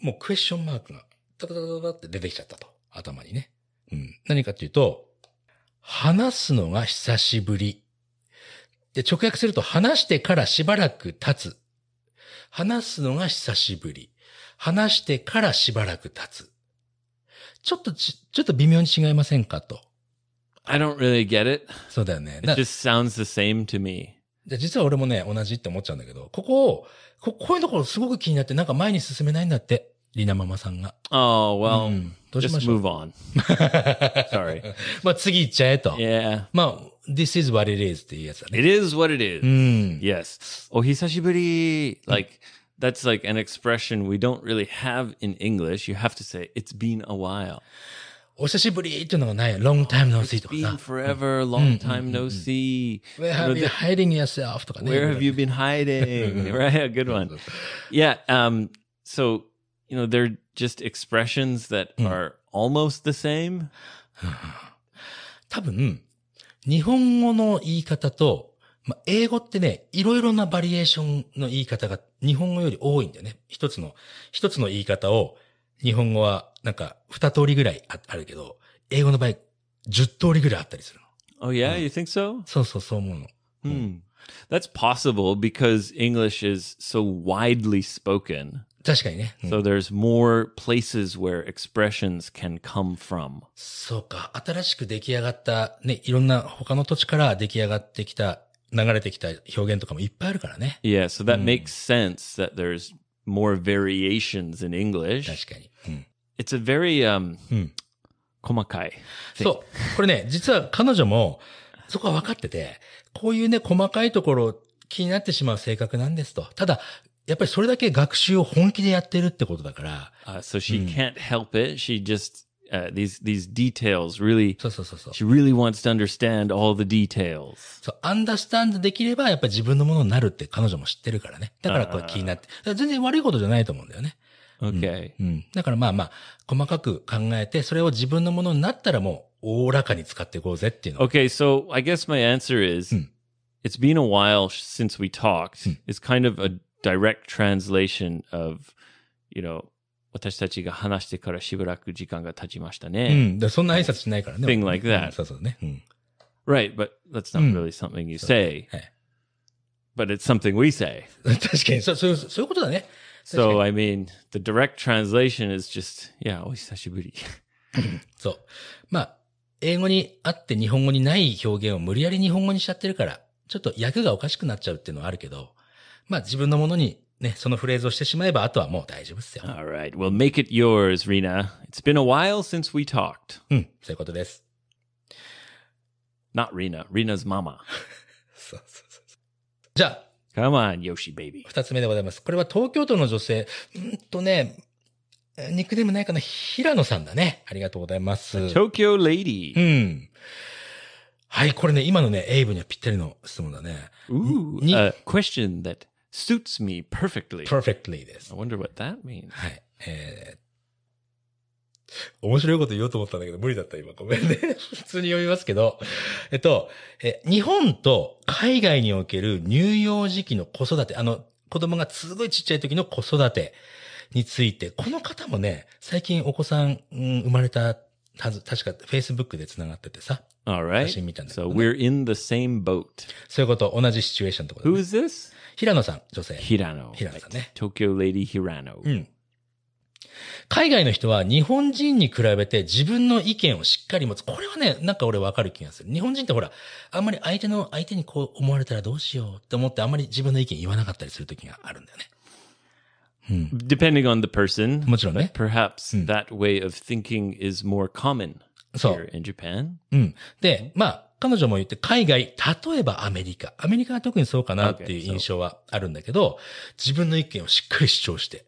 Speaker 2: もうクエスチョンマークが、タタタタタって出てきちゃったと。頭にね。うん。何かっていうと、話すのが久しぶり。で、直訳すると、話してからしばらく経つ。話すのが久しぶり。話してからしばらく経つ。ちょっとち、ちょっと微妙に違いませんかと。
Speaker 1: I don't really get it.
Speaker 2: そうだよね。
Speaker 1: It
Speaker 2: な
Speaker 1: just sounds the same to me.
Speaker 2: で実は俺もね、同じって思っちゃうんだけど、ここを、ここういうところすごく気になって、なんか前に進めないんだって、りなママさんが。
Speaker 1: Oh,
Speaker 2: う
Speaker 1: well,
Speaker 2: んどうしま
Speaker 1: just
Speaker 2: しょう。
Speaker 1: move on.
Speaker 2: (laughs)
Speaker 1: Sorry.
Speaker 2: まあ次行っちゃえと。
Speaker 1: Yeah.
Speaker 2: まあ、this is what it is っていうやつだね。
Speaker 1: It is what it is.
Speaker 2: Mm. うん。
Speaker 1: Yes. Ohisashiburi.
Speaker 2: Mm.
Speaker 1: Like, that's like an expression we don't really have in English. You have to say, it's been a while.
Speaker 2: お久しぶりっていうのがない。long time no see
Speaker 1: It's
Speaker 2: Mm. とか
Speaker 1: been
Speaker 2: さ。
Speaker 1: forever, long time
Speaker 2: mm,
Speaker 1: no see.
Speaker 2: Where
Speaker 1: You know,
Speaker 2: have you
Speaker 1: the-
Speaker 2: hiding yourself? とかね。
Speaker 1: Where have you been
Speaker 2: (laughs)
Speaker 1: hiding? right, a good one.
Speaker 2: そうそう
Speaker 1: Yeah. Um. So you know they're just expressions that are almost the same.
Speaker 2: 多分、日本語の言い方と、まあ、英語ってね、いろいろなバリエーションの言い方が日本語より多いんだよね。一つの、一つの言い方を、日本語はなんか二通りぐらいああるけど、英語の場合、十通りぐらいあったりするの。
Speaker 1: Oh yeah,
Speaker 2: Mm.
Speaker 1: you think so?
Speaker 2: そうそう、そう思うの。
Speaker 1: Hmm. That's possible because English is so widely spoken.
Speaker 2: 確かにね。うん
Speaker 1: So there's more places where expressions can come from.
Speaker 2: そうか。新しく出来上がった、ね、いろんな他の土地から出来上がってきた、流れてきた表現とかもいっぱいあるからね。
Speaker 1: Yeah. So that
Speaker 2: Mm.
Speaker 1: makes sense that there's more variations in English.
Speaker 2: 確かに。うん。
Speaker 1: It's a very um,
Speaker 2: Hmm.
Speaker 1: komakai.
Speaker 2: そう。これね、実は彼女も、そこは分かってて、こういうね、細かいところ気になってしまう性格なんですと。ただ、やっぱりそれだけ学習を本気でやってるってことだから、
Speaker 1: Uh, so she
Speaker 2: Mm.
Speaker 1: can't help it. She just uh, these these details really.
Speaker 2: そうそうそうそう。
Speaker 1: She really wants to understand all the details.
Speaker 2: そう、アンダースタンドできれば、やっぱり自分のものになるって彼女も知ってるからね。だからこれ気になって。だから全然悪いことじゃないと思うんだよね。
Speaker 1: Okay.
Speaker 2: うん。だからまあまあ、細かく考えて、それを自分のものになったらもう、おおらかに使っていこうぜっていうの。
Speaker 1: Okay, so I guess my answer is
Speaker 2: Mm.
Speaker 1: it's been a while sh- since we talked.
Speaker 2: Mm.
Speaker 1: It's kind of a direct translation of, you know, 私たちが話してからしばらく時間が経ちましたね。
Speaker 2: うん。だからそんな挨拶しないからね。
Speaker 1: Thing like that.
Speaker 2: うんそうそうね。うん。
Speaker 1: Right, but that's not
Speaker 2: Mm.
Speaker 1: really something you
Speaker 2: そう
Speaker 1: say,
Speaker 2: はい
Speaker 1: but it's something we say.
Speaker 2: 確かに、そう、そういう、そういうことだね。
Speaker 1: So, I mean, the direct translation is just, yeah, お久しぶり.
Speaker 2: そう。まあ、英語にあって日本語にない表現を無理やり日本語にしちゃってるから、ちょっと訳がおかしくなっちゃうっていうのはあるけど、まあ自分のものにね、そのフレーズをしてしまえば、あとはもう大丈夫っすよ。
Speaker 1: All right. Well, make it yours, Rena. It's been a while since we talked.
Speaker 2: うん、そういうことです。
Speaker 1: Not Rena, Rena's mama.
Speaker 2: そうそうそうそう。じゃあ、
Speaker 1: Come on, Yoshi baby.
Speaker 2: 二つ目でございます。これは東京都の女性。うーんとね、えーニックネームないかな平野さんだね。ありがとうございます。
Speaker 1: Tokyo lady.
Speaker 2: うん。はい、これね、今のね、エイブにはぴったりの質問だね。
Speaker 1: Ooh,
Speaker 2: Hmm. Ni-
Speaker 1: a question that suits me perfectly.
Speaker 2: perfectly です
Speaker 1: I。wonder what that means.
Speaker 2: はい。えー面白いこと言おうと思ったんだけど、無理だった、今。ごめんね。普通に読みますけど。えっと、え、日本と海外における乳幼児期の子育て、あの、子供がすごいちっちゃい時の子育てについて、この方もね、最近お子さん、うん生まれたはず、確か Facebook で繋がっててさ、
Speaker 1: All
Speaker 2: 写
Speaker 1: right.
Speaker 2: 真見たんだけ
Speaker 1: So
Speaker 2: ど、
Speaker 1: we're in the same boat.
Speaker 2: そういうこと、同じシチュエーションってこと、
Speaker 1: Who
Speaker 2: ね、
Speaker 1: is this?
Speaker 2: 平野さん、女性。
Speaker 1: Hirano.
Speaker 2: Hirano さんね。
Speaker 1: Tokyo lady Hirano.
Speaker 2: うん。海外の人は日本人に比べて自分の意見をしっかり持つ。これはね、なんか俺わかる気がする。日本人ってほら、あんまり相手の、相手にこう思われたらどうしようって思ってあんまり自分の意見言わなかったりする時があるんだよね。うん。
Speaker 1: Depending on the person,
Speaker 2: もちろんね
Speaker 1: but。perhaps
Speaker 2: Hmm.
Speaker 1: that way of thinking is more common
Speaker 2: そ
Speaker 1: here
Speaker 2: う。
Speaker 1: in Japan.
Speaker 2: うん。で、まあ、彼女も言って、海外、例えばアメリカ。アメリカは特にそうかなっていう
Speaker 1: Okay, so-
Speaker 2: 印象はあるんだけど、自分の意見をしっかり主張して、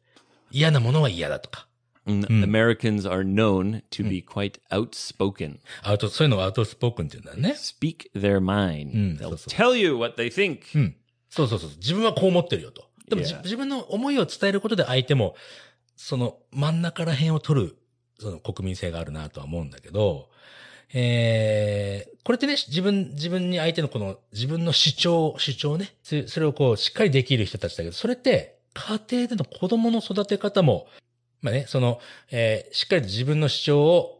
Speaker 2: 嫌なものは嫌だとか、
Speaker 1: Mm,
Speaker 2: Hmm.
Speaker 1: Americans are known to be quite outspoken.
Speaker 2: アウト、そういうのをアウトスポークンって言うんだよね。
Speaker 1: Speak their mind.
Speaker 2: Mm,
Speaker 1: They'll
Speaker 2: so, so.
Speaker 1: tell you what they think.
Speaker 2: うん。そうそうそう。自分はこう思ってるよと。でも、
Speaker 1: Yeah.
Speaker 2: じ自分の思いを伝えることで相手も、その真ん中ら辺を取る、その国民性があるなとは思うんだけど、えー、これってね、自分、自分に相手のこの、自分の主張、主張ね、そそれをこう、しっかりできる人たちだけど、それって、家庭での子供の育て方も、まあね、その、えーしっかりと自分の主張を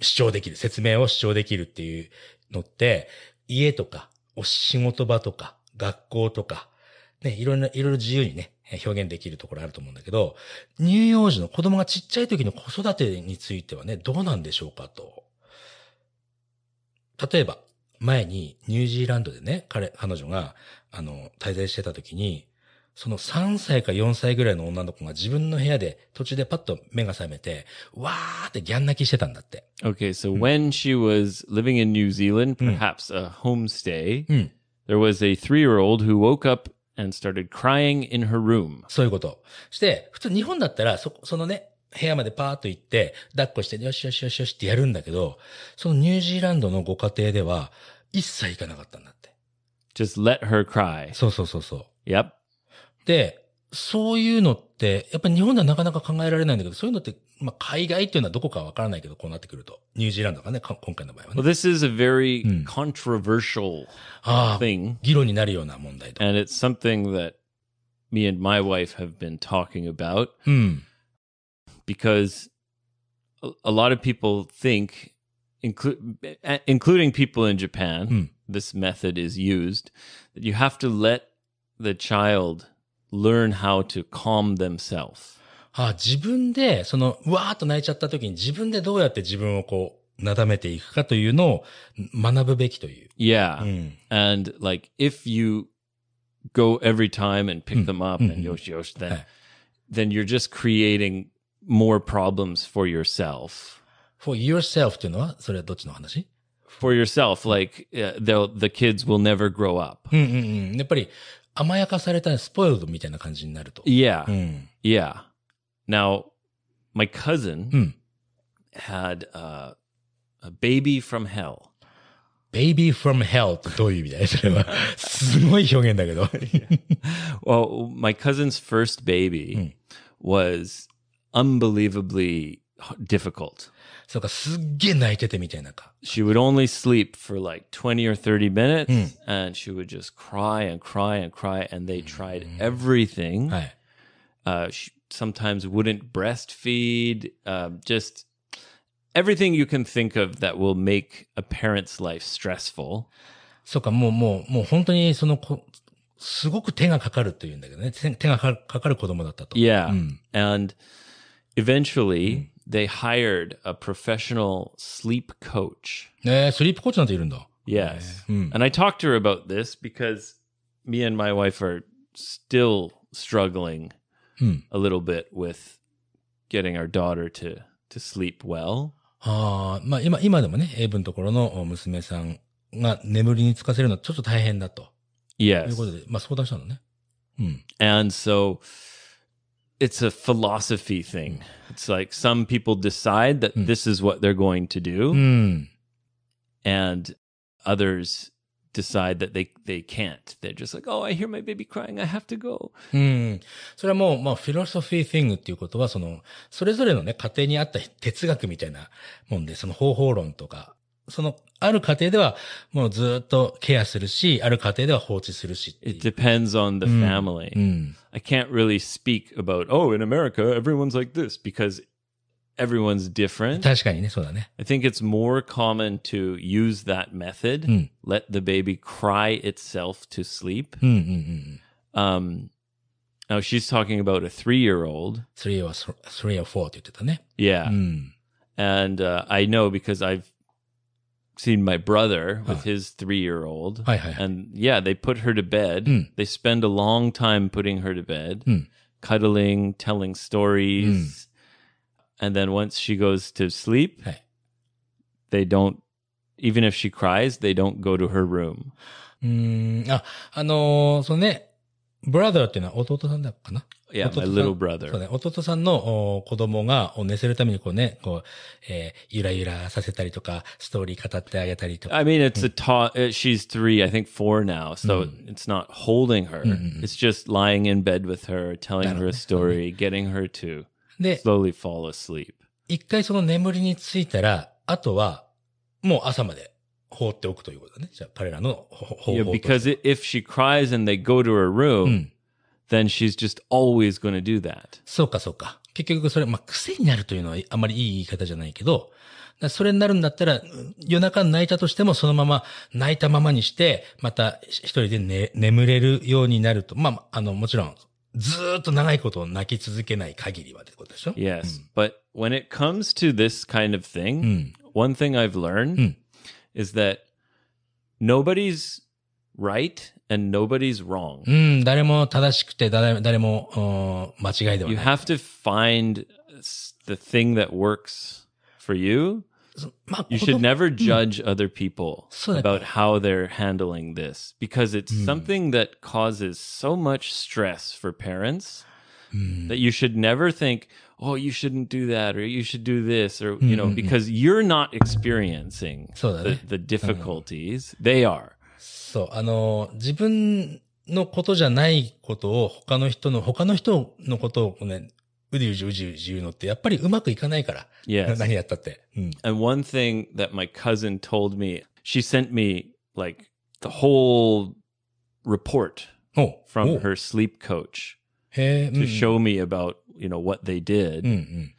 Speaker 2: 主張できる、説明を主張できるっていうのって、家とかお仕事場とか、学校とか、ね、いろんな、いろいろ自由にね、表現できるところあると思うんだけど、乳幼児の子供がちっちゃい時の子育てについてはね、どうなんでしょうかと。例えば、前にニュージーランドでね、彼、彼女が、あの、滞在してた時に、その3歳か4歳ぐらいの女の子が自分の部屋で途中でパッと目が覚めて、わーってギャン泣きしてたんだって。
Speaker 1: Okay, so when she was living in New Zealand,
Speaker 2: Mm.
Speaker 1: perhaps a homestay,
Speaker 2: うん。
Speaker 1: there was a three year old who woke up and started crying in her room.
Speaker 2: そういうこと。して、普通日本だったら、そ、そのね、部屋までパーッと行って、抱っこして、よしよしよしよしってやるんだけど、そのニュージーランドのご家庭では、一切行かなかったんだって。
Speaker 1: Just let her cry.
Speaker 2: そうそうそうそう。
Speaker 1: Yep.
Speaker 2: で、そういうのって、やっぱり日本ではなかなか考えられないんだけど、そういうのって、まあ、海外っていうのはどこかわからないけど、こうなってくると。ニュージーランドがね、か今回の場合は
Speaker 1: Well,
Speaker 2: ね。
Speaker 1: this is a very
Speaker 2: Mm.
Speaker 1: controversial
Speaker 2: ああ、
Speaker 1: thing,
Speaker 2: 議論になるような問題と。
Speaker 1: and it's something that me and my wife have been talking about
Speaker 2: うん。
Speaker 1: because a- a lot of people think, inclu- eh, including people in Japan,
Speaker 2: Mm.
Speaker 1: this method is used that you have to let the child learn how to calm themselves.
Speaker 2: ああ、自分で、その、うわーっと泣いちゃった時に自分でどうやって自分をこう、なだめていくかというのを学ぶべきという。
Speaker 1: Yeah.
Speaker 2: うん。
Speaker 1: And like if you go every time and pick
Speaker 2: Mm.
Speaker 1: them up
Speaker 2: Mm,
Speaker 1: and
Speaker 2: mm.
Speaker 1: yosh yosh, then
Speaker 2: Yeah.
Speaker 1: then you're just creating more problems for yourself.
Speaker 2: for yourself というのは、それはどっちの話
Speaker 1: For yourself, like uh, they'll the kids will never grow up.
Speaker 2: うんうんうん。やっぱり、甘やかされたスポイルドみたいな感じになると。
Speaker 1: Yeah,
Speaker 2: うん。
Speaker 1: yeah. Now, my cousin
Speaker 2: うん。
Speaker 1: had uh, a baby from hell.
Speaker 2: baby from hell ってどういう意味だいそれは。すごい表現だけど。 (laughs)
Speaker 1: Well, my cousin's first baby
Speaker 2: Mm.
Speaker 1: was unbelievably difficult.
Speaker 2: そうか、すっげえ泣いててみたいなか。
Speaker 1: She would only sleep for like 20 or 30 minutes
Speaker 2: Mm.
Speaker 1: and she would just cry and cry and cry. And they tried everything.
Speaker 2: はい。
Speaker 1: Uh, she sometimes wouldn't breastfeed, um, just everything you can think of that will make a parent's life stressful.
Speaker 2: そうか、もう、もう、もう本当にその子、すごく手がかかるというんだけどね。手手がかかかる子供だったと。
Speaker 1: Yeah.
Speaker 2: うん。
Speaker 1: And eventually they hired a professional sleep coach.
Speaker 2: ねえ、スリープコーチなんているんだ。
Speaker 1: Yes.
Speaker 2: うん。
Speaker 1: And I talked to her about this because me and my wife are still struggling
Speaker 2: うん。
Speaker 1: a little bit with getting our daughter to to sleep well.
Speaker 2: ああ、まあ今、今でもね、英文のところのお娘さんが眠りにつかせるのはちょっと大変だと。とい
Speaker 1: Yes.
Speaker 2: うことで、まあ相談したのね。うん。
Speaker 1: And so it's a philosophy thing. It's like some people decide that
Speaker 2: Mm.
Speaker 1: this is what they're going to do
Speaker 2: Hmm. うん。
Speaker 1: and others decide that they they can't. They're just like, "Oh, I hear my baby crying. I have to go."
Speaker 2: うん。それはもう、まあ、フィロソフィーフィングっていうことは、その、それぞれのね、家庭にあった哲学みたいなもんで、その方法論とか、その、ある家庭では、もうずっとケアするし、ある家庭では放置するしってい
Speaker 1: It
Speaker 2: う。
Speaker 1: depends on the
Speaker 2: Mm.
Speaker 1: family.
Speaker 2: うん。
Speaker 1: I can't really speak about, "Oh, in America, everyone's like this" because everyone's different.
Speaker 2: 確かにね、そうだね。
Speaker 1: I think it's more common to use that method,
Speaker 2: Hmm.
Speaker 1: let the baby cry itself to sleep.
Speaker 2: うんうんうんうん。
Speaker 1: Um, now she's talking about a three year old.
Speaker 2: 3 or 3 or 4って言ってたね。う
Speaker 1: Yeah.
Speaker 2: ん。
Speaker 1: And uh, I know because I've seen my brother with
Speaker 2: Ah.
Speaker 1: his three year old.
Speaker 2: はいはいはい。
Speaker 1: And yeah, they put her to bed.
Speaker 2: Hmm.
Speaker 1: They spend a long time putting her to bed,
Speaker 2: Hmm.
Speaker 1: cuddling, telling stories. And then once she goes to sleep,
Speaker 2: はい。
Speaker 1: they don't even if she cries they don't go to her room
Speaker 2: うーん。あ、あのーそのね、ブラザーっていうのは弟さんだかな
Speaker 1: yeah my
Speaker 2: Ototo-san.
Speaker 1: little
Speaker 2: そう
Speaker 1: brother
Speaker 2: ね、弟さんのお子供がお寝せるためにこうね、こう、えーゆらゆらさせたりとか、ストーリー語ってあげたりとか。
Speaker 1: i mean it's a ta- uh, she's three i think four now so it's not holding her
Speaker 2: Mm-mm-mm.
Speaker 1: it's just lying in bed with her telling her a
Speaker 2: Darling.
Speaker 1: story getting her to
Speaker 2: で、
Speaker 1: slowly fall asleep
Speaker 2: 一回その眠りについたら、あとは、もう朝まで放っておくということだね。じゃあ、彼らの方方
Speaker 1: yeah,
Speaker 2: 法とし
Speaker 1: because
Speaker 2: て
Speaker 1: i if she cries and they go to her room
Speaker 2: うん。
Speaker 1: then she's just always going to do that
Speaker 2: そうか、そうか。結局それ、まあ、癖になるというのはあまりいい言い方じゃないけど、らそれになるんだったら、夜中に泣いたとしても、そのまま泣いたままにして、また一人で、ね、眠れるようになると。まあ、あの、もちろん、ずーっと長いこと泣き続けない限りはってことでしょ
Speaker 1: Yes. But when it comes to this kind of
Speaker 2: う
Speaker 1: thing,
Speaker 2: ん。
Speaker 1: one thing I've learned
Speaker 2: Mm.
Speaker 1: is that nobody's right and nobody's wrong.
Speaker 2: うん、誰も正しくて、誰誰も、うん間違いでは
Speaker 1: You
Speaker 2: ない。
Speaker 1: have to find s- the thing that works for you.
Speaker 2: そまあ、
Speaker 1: You
Speaker 2: 子 (laughs)
Speaker 1: should
Speaker 2: 供
Speaker 1: never judge other people
Speaker 2: Hmm. So that-
Speaker 1: about how they're handling this because it's
Speaker 2: Mm.
Speaker 1: something that causes so much stress for parents
Speaker 2: うん、
Speaker 1: that you should never think, oh, you shouldn't do that or you should do this or, you know,
Speaker 2: Mm, mm, mm.
Speaker 1: because you're not experiencing
Speaker 2: そうだ
Speaker 1: the,
Speaker 2: ね。
Speaker 1: the difficulties. They are.
Speaker 2: (laughs) そう、あの、自分のことじゃないことを他の人の、他の人のことをね、うじうじうじうじ言うのってやっぱりうまくいかないから。
Speaker 1: Yes.
Speaker 2: 何やったって。うん。
Speaker 1: And one thing that my cousin told me, she sent me like the whole report
Speaker 2: おう
Speaker 1: from
Speaker 2: おう
Speaker 1: her sleep coach
Speaker 2: へえ、
Speaker 1: to show me about, you know, what they did.
Speaker 2: うんうん。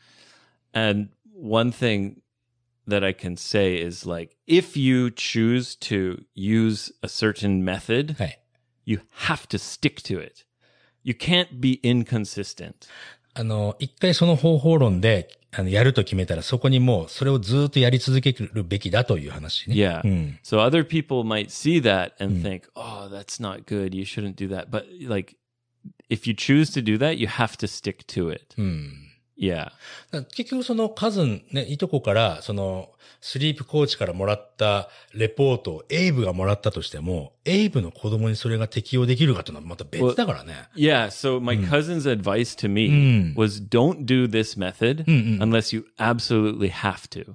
Speaker 1: And one thing that I can say is like if you choose to use a certain method,
Speaker 2: はい。
Speaker 1: you have to stick to it. You can't be inconsistent.
Speaker 2: あの、一回その方法論で、あの、やると決めたら、そこにもう、それをずっとやり続けるべきだという話ね。
Speaker 1: Yeah.
Speaker 2: うん。
Speaker 1: So other people might see that and
Speaker 2: Mm.
Speaker 1: think, "Oh, that's not good. You shouldn't do that." But like if you choose to do that, you have to stick to it.
Speaker 2: うん。
Speaker 1: Yeah.
Speaker 2: だから結局そのカズン、ね、いとこから、その、スリープコーチからもらったレポートをエイブがもらったとしても、エイブの子供にそれが適用できるかというのはまた別だからね。
Speaker 1: Yeah, so my
Speaker 2: Mm.
Speaker 1: cousin's advice to me
Speaker 2: Mm.
Speaker 1: was don't do this method
Speaker 2: うんうん。
Speaker 1: unless you absolutely have to.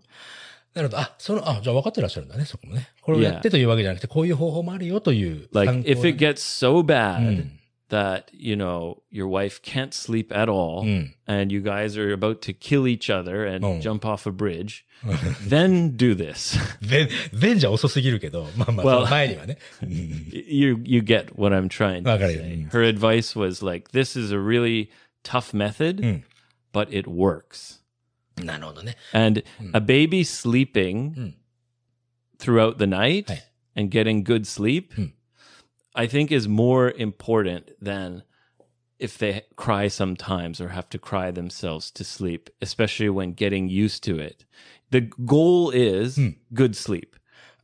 Speaker 2: なるほど。あ、その、あ、じゃあ分かってらっしゃるんだね、そこもね。これをやってというわけじゃなくて、こういう方法もあるよという参
Speaker 1: Like
Speaker 2: 考に。
Speaker 1: if it gets so
Speaker 2: う
Speaker 1: bad
Speaker 2: ん。
Speaker 1: that, you know, your wife can't sleep at
Speaker 2: う
Speaker 1: all
Speaker 2: ん。
Speaker 1: and you guys are about to kill each other and
Speaker 2: Hmm. Oh.
Speaker 1: jump off a bridge, then do this.
Speaker 2: 全、全じゃ遅すぎるけど、まあまあ、
Speaker 1: Well-
Speaker 2: その前にはね。うん。
Speaker 1: you you get what I'm trying to
Speaker 2: わかる。
Speaker 1: say.
Speaker 2: うん。
Speaker 1: Her advice was like, "This is a really tough method,
Speaker 2: うん。
Speaker 1: but it works."
Speaker 2: なるほどね。
Speaker 1: And
Speaker 2: うん
Speaker 1: a baby sleeping
Speaker 2: うん。
Speaker 1: throughout the night
Speaker 2: Hmm. Hey.
Speaker 1: and getting good sleep,
Speaker 2: Hmm.
Speaker 1: I think, is more important than if they cry sometimes or have to cry themselves to sleep, especially when getting used to it. The goal is
Speaker 2: Hmm.
Speaker 1: good sleep.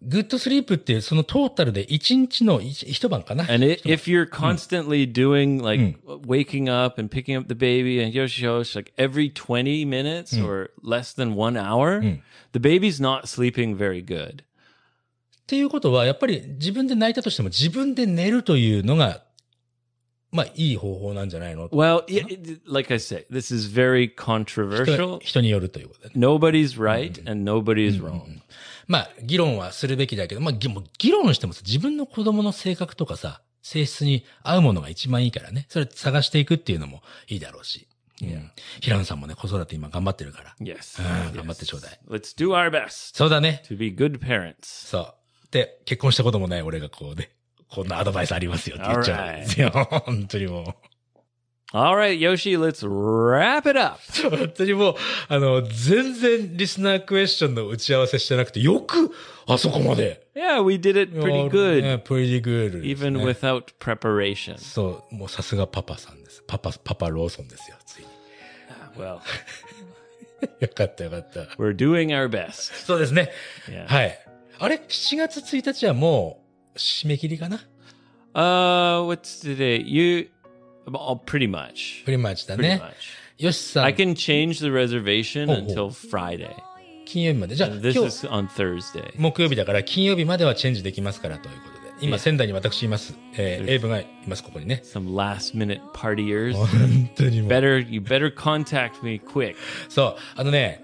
Speaker 2: グッドスリープっていう、そのトータルで一日の一一晩かな。
Speaker 1: And i
Speaker 2: 一晩
Speaker 1: if you're constantly doing like
Speaker 2: Mm.
Speaker 1: waking up and picking up the baby and yosh yosh, like every 20 minutes
Speaker 2: Mm.
Speaker 1: or less than one hour,
Speaker 2: Mm.
Speaker 1: the baby's not sleeping very good.
Speaker 2: っていうことは、やっぱり自分で泣いたとしても自分で寝るというのが、まあいい方法なんじゃないの
Speaker 1: Well, yeah, it- like I say, this is very
Speaker 2: 人
Speaker 1: controversial.
Speaker 2: 人によるということだね。
Speaker 1: Nobody's right and nobody's
Speaker 2: うんう
Speaker 1: wrong.
Speaker 2: んまあ議論はするべきだけど、まあぎもう議論してもさ、自分の子供の性格とかさ、性質に合うものが一番いいからね。それ探していくっていうのもいいだろうし。うん
Speaker 1: いや
Speaker 2: 平野さんもね、子育て今頑張ってるから。
Speaker 1: Yes.
Speaker 2: うん、
Speaker 1: Yes.
Speaker 2: 頑張ってちょうだい。
Speaker 1: Let's do our best
Speaker 2: そうだね。
Speaker 1: to be good parents.
Speaker 2: そう。で、結婚したこともない俺がこうね、こんなアドバイスありますよって言っちゃうんですよ。本当にもう。
Speaker 1: All right, Yoshi, let's wrap it up.
Speaker 2: 本当にもう、あの、全然リスナークエスチョンの打ち合わせしてなくて、よく、あそこまで。
Speaker 1: Yeah, we did it
Speaker 2: Oh,
Speaker 1: pretty good,
Speaker 2: プリーグー
Speaker 1: even without preparation.
Speaker 2: そう、もうさすがパパさんです。パパ、パパローソンですよ、ついに。
Speaker 1: Well,
Speaker 2: よかったよかった。
Speaker 1: we're doing our best.
Speaker 2: そうですね。
Speaker 1: Yeah.
Speaker 2: はい。あれ ?7 月1日はもう、締め切りかな
Speaker 1: Uh, what's today? You, all pretty much.
Speaker 2: プリマーチだ
Speaker 1: Pretty
Speaker 2: ね。
Speaker 1: much.
Speaker 2: よしさ
Speaker 1: I
Speaker 2: ん、
Speaker 1: can change the reservation
Speaker 2: Oh, oh.
Speaker 1: until Friday.
Speaker 2: 金曜日まで。じゃあ、
Speaker 1: And
Speaker 2: 今
Speaker 1: this
Speaker 2: 日
Speaker 1: is、on Thursday.
Speaker 2: 木曜日だから、金曜日まではチェンジできますから、ということで。今、
Speaker 1: Yeah.
Speaker 2: 仙台に私います。え
Speaker 1: そうで
Speaker 2: ー、
Speaker 1: す
Speaker 2: エイブがいます、ここにね。
Speaker 1: Some last minute partiers.
Speaker 2: 本当にもう。
Speaker 1: Better you better contact me quick.
Speaker 2: そう、あのね、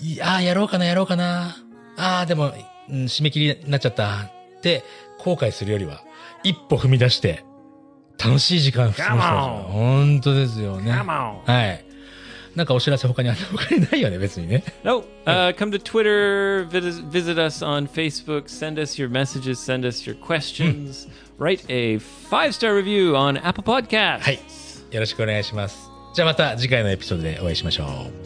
Speaker 2: いああ、やろうかな、やろうかな。ああ、でも、うん締め切りになっちゃった。って、後悔するよりは、一歩踏み出して、楽しい時間を過ごしたいですよ
Speaker 1: Come on.
Speaker 2: 本当ですよね。
Speaker 1: Come on.
Speaker 2: はい。なんかお知らせ他にあんの他にないよね、別にね。
Speaker 1: No, uh, come to Twitter, vis- visit us on Facebook, send us your messages, send us your questions, write a five star review on Apple Podcasts.
Speaker 2: はい。よろしくお願いします。じゃあまた次回のエピソードでお会いしましょう。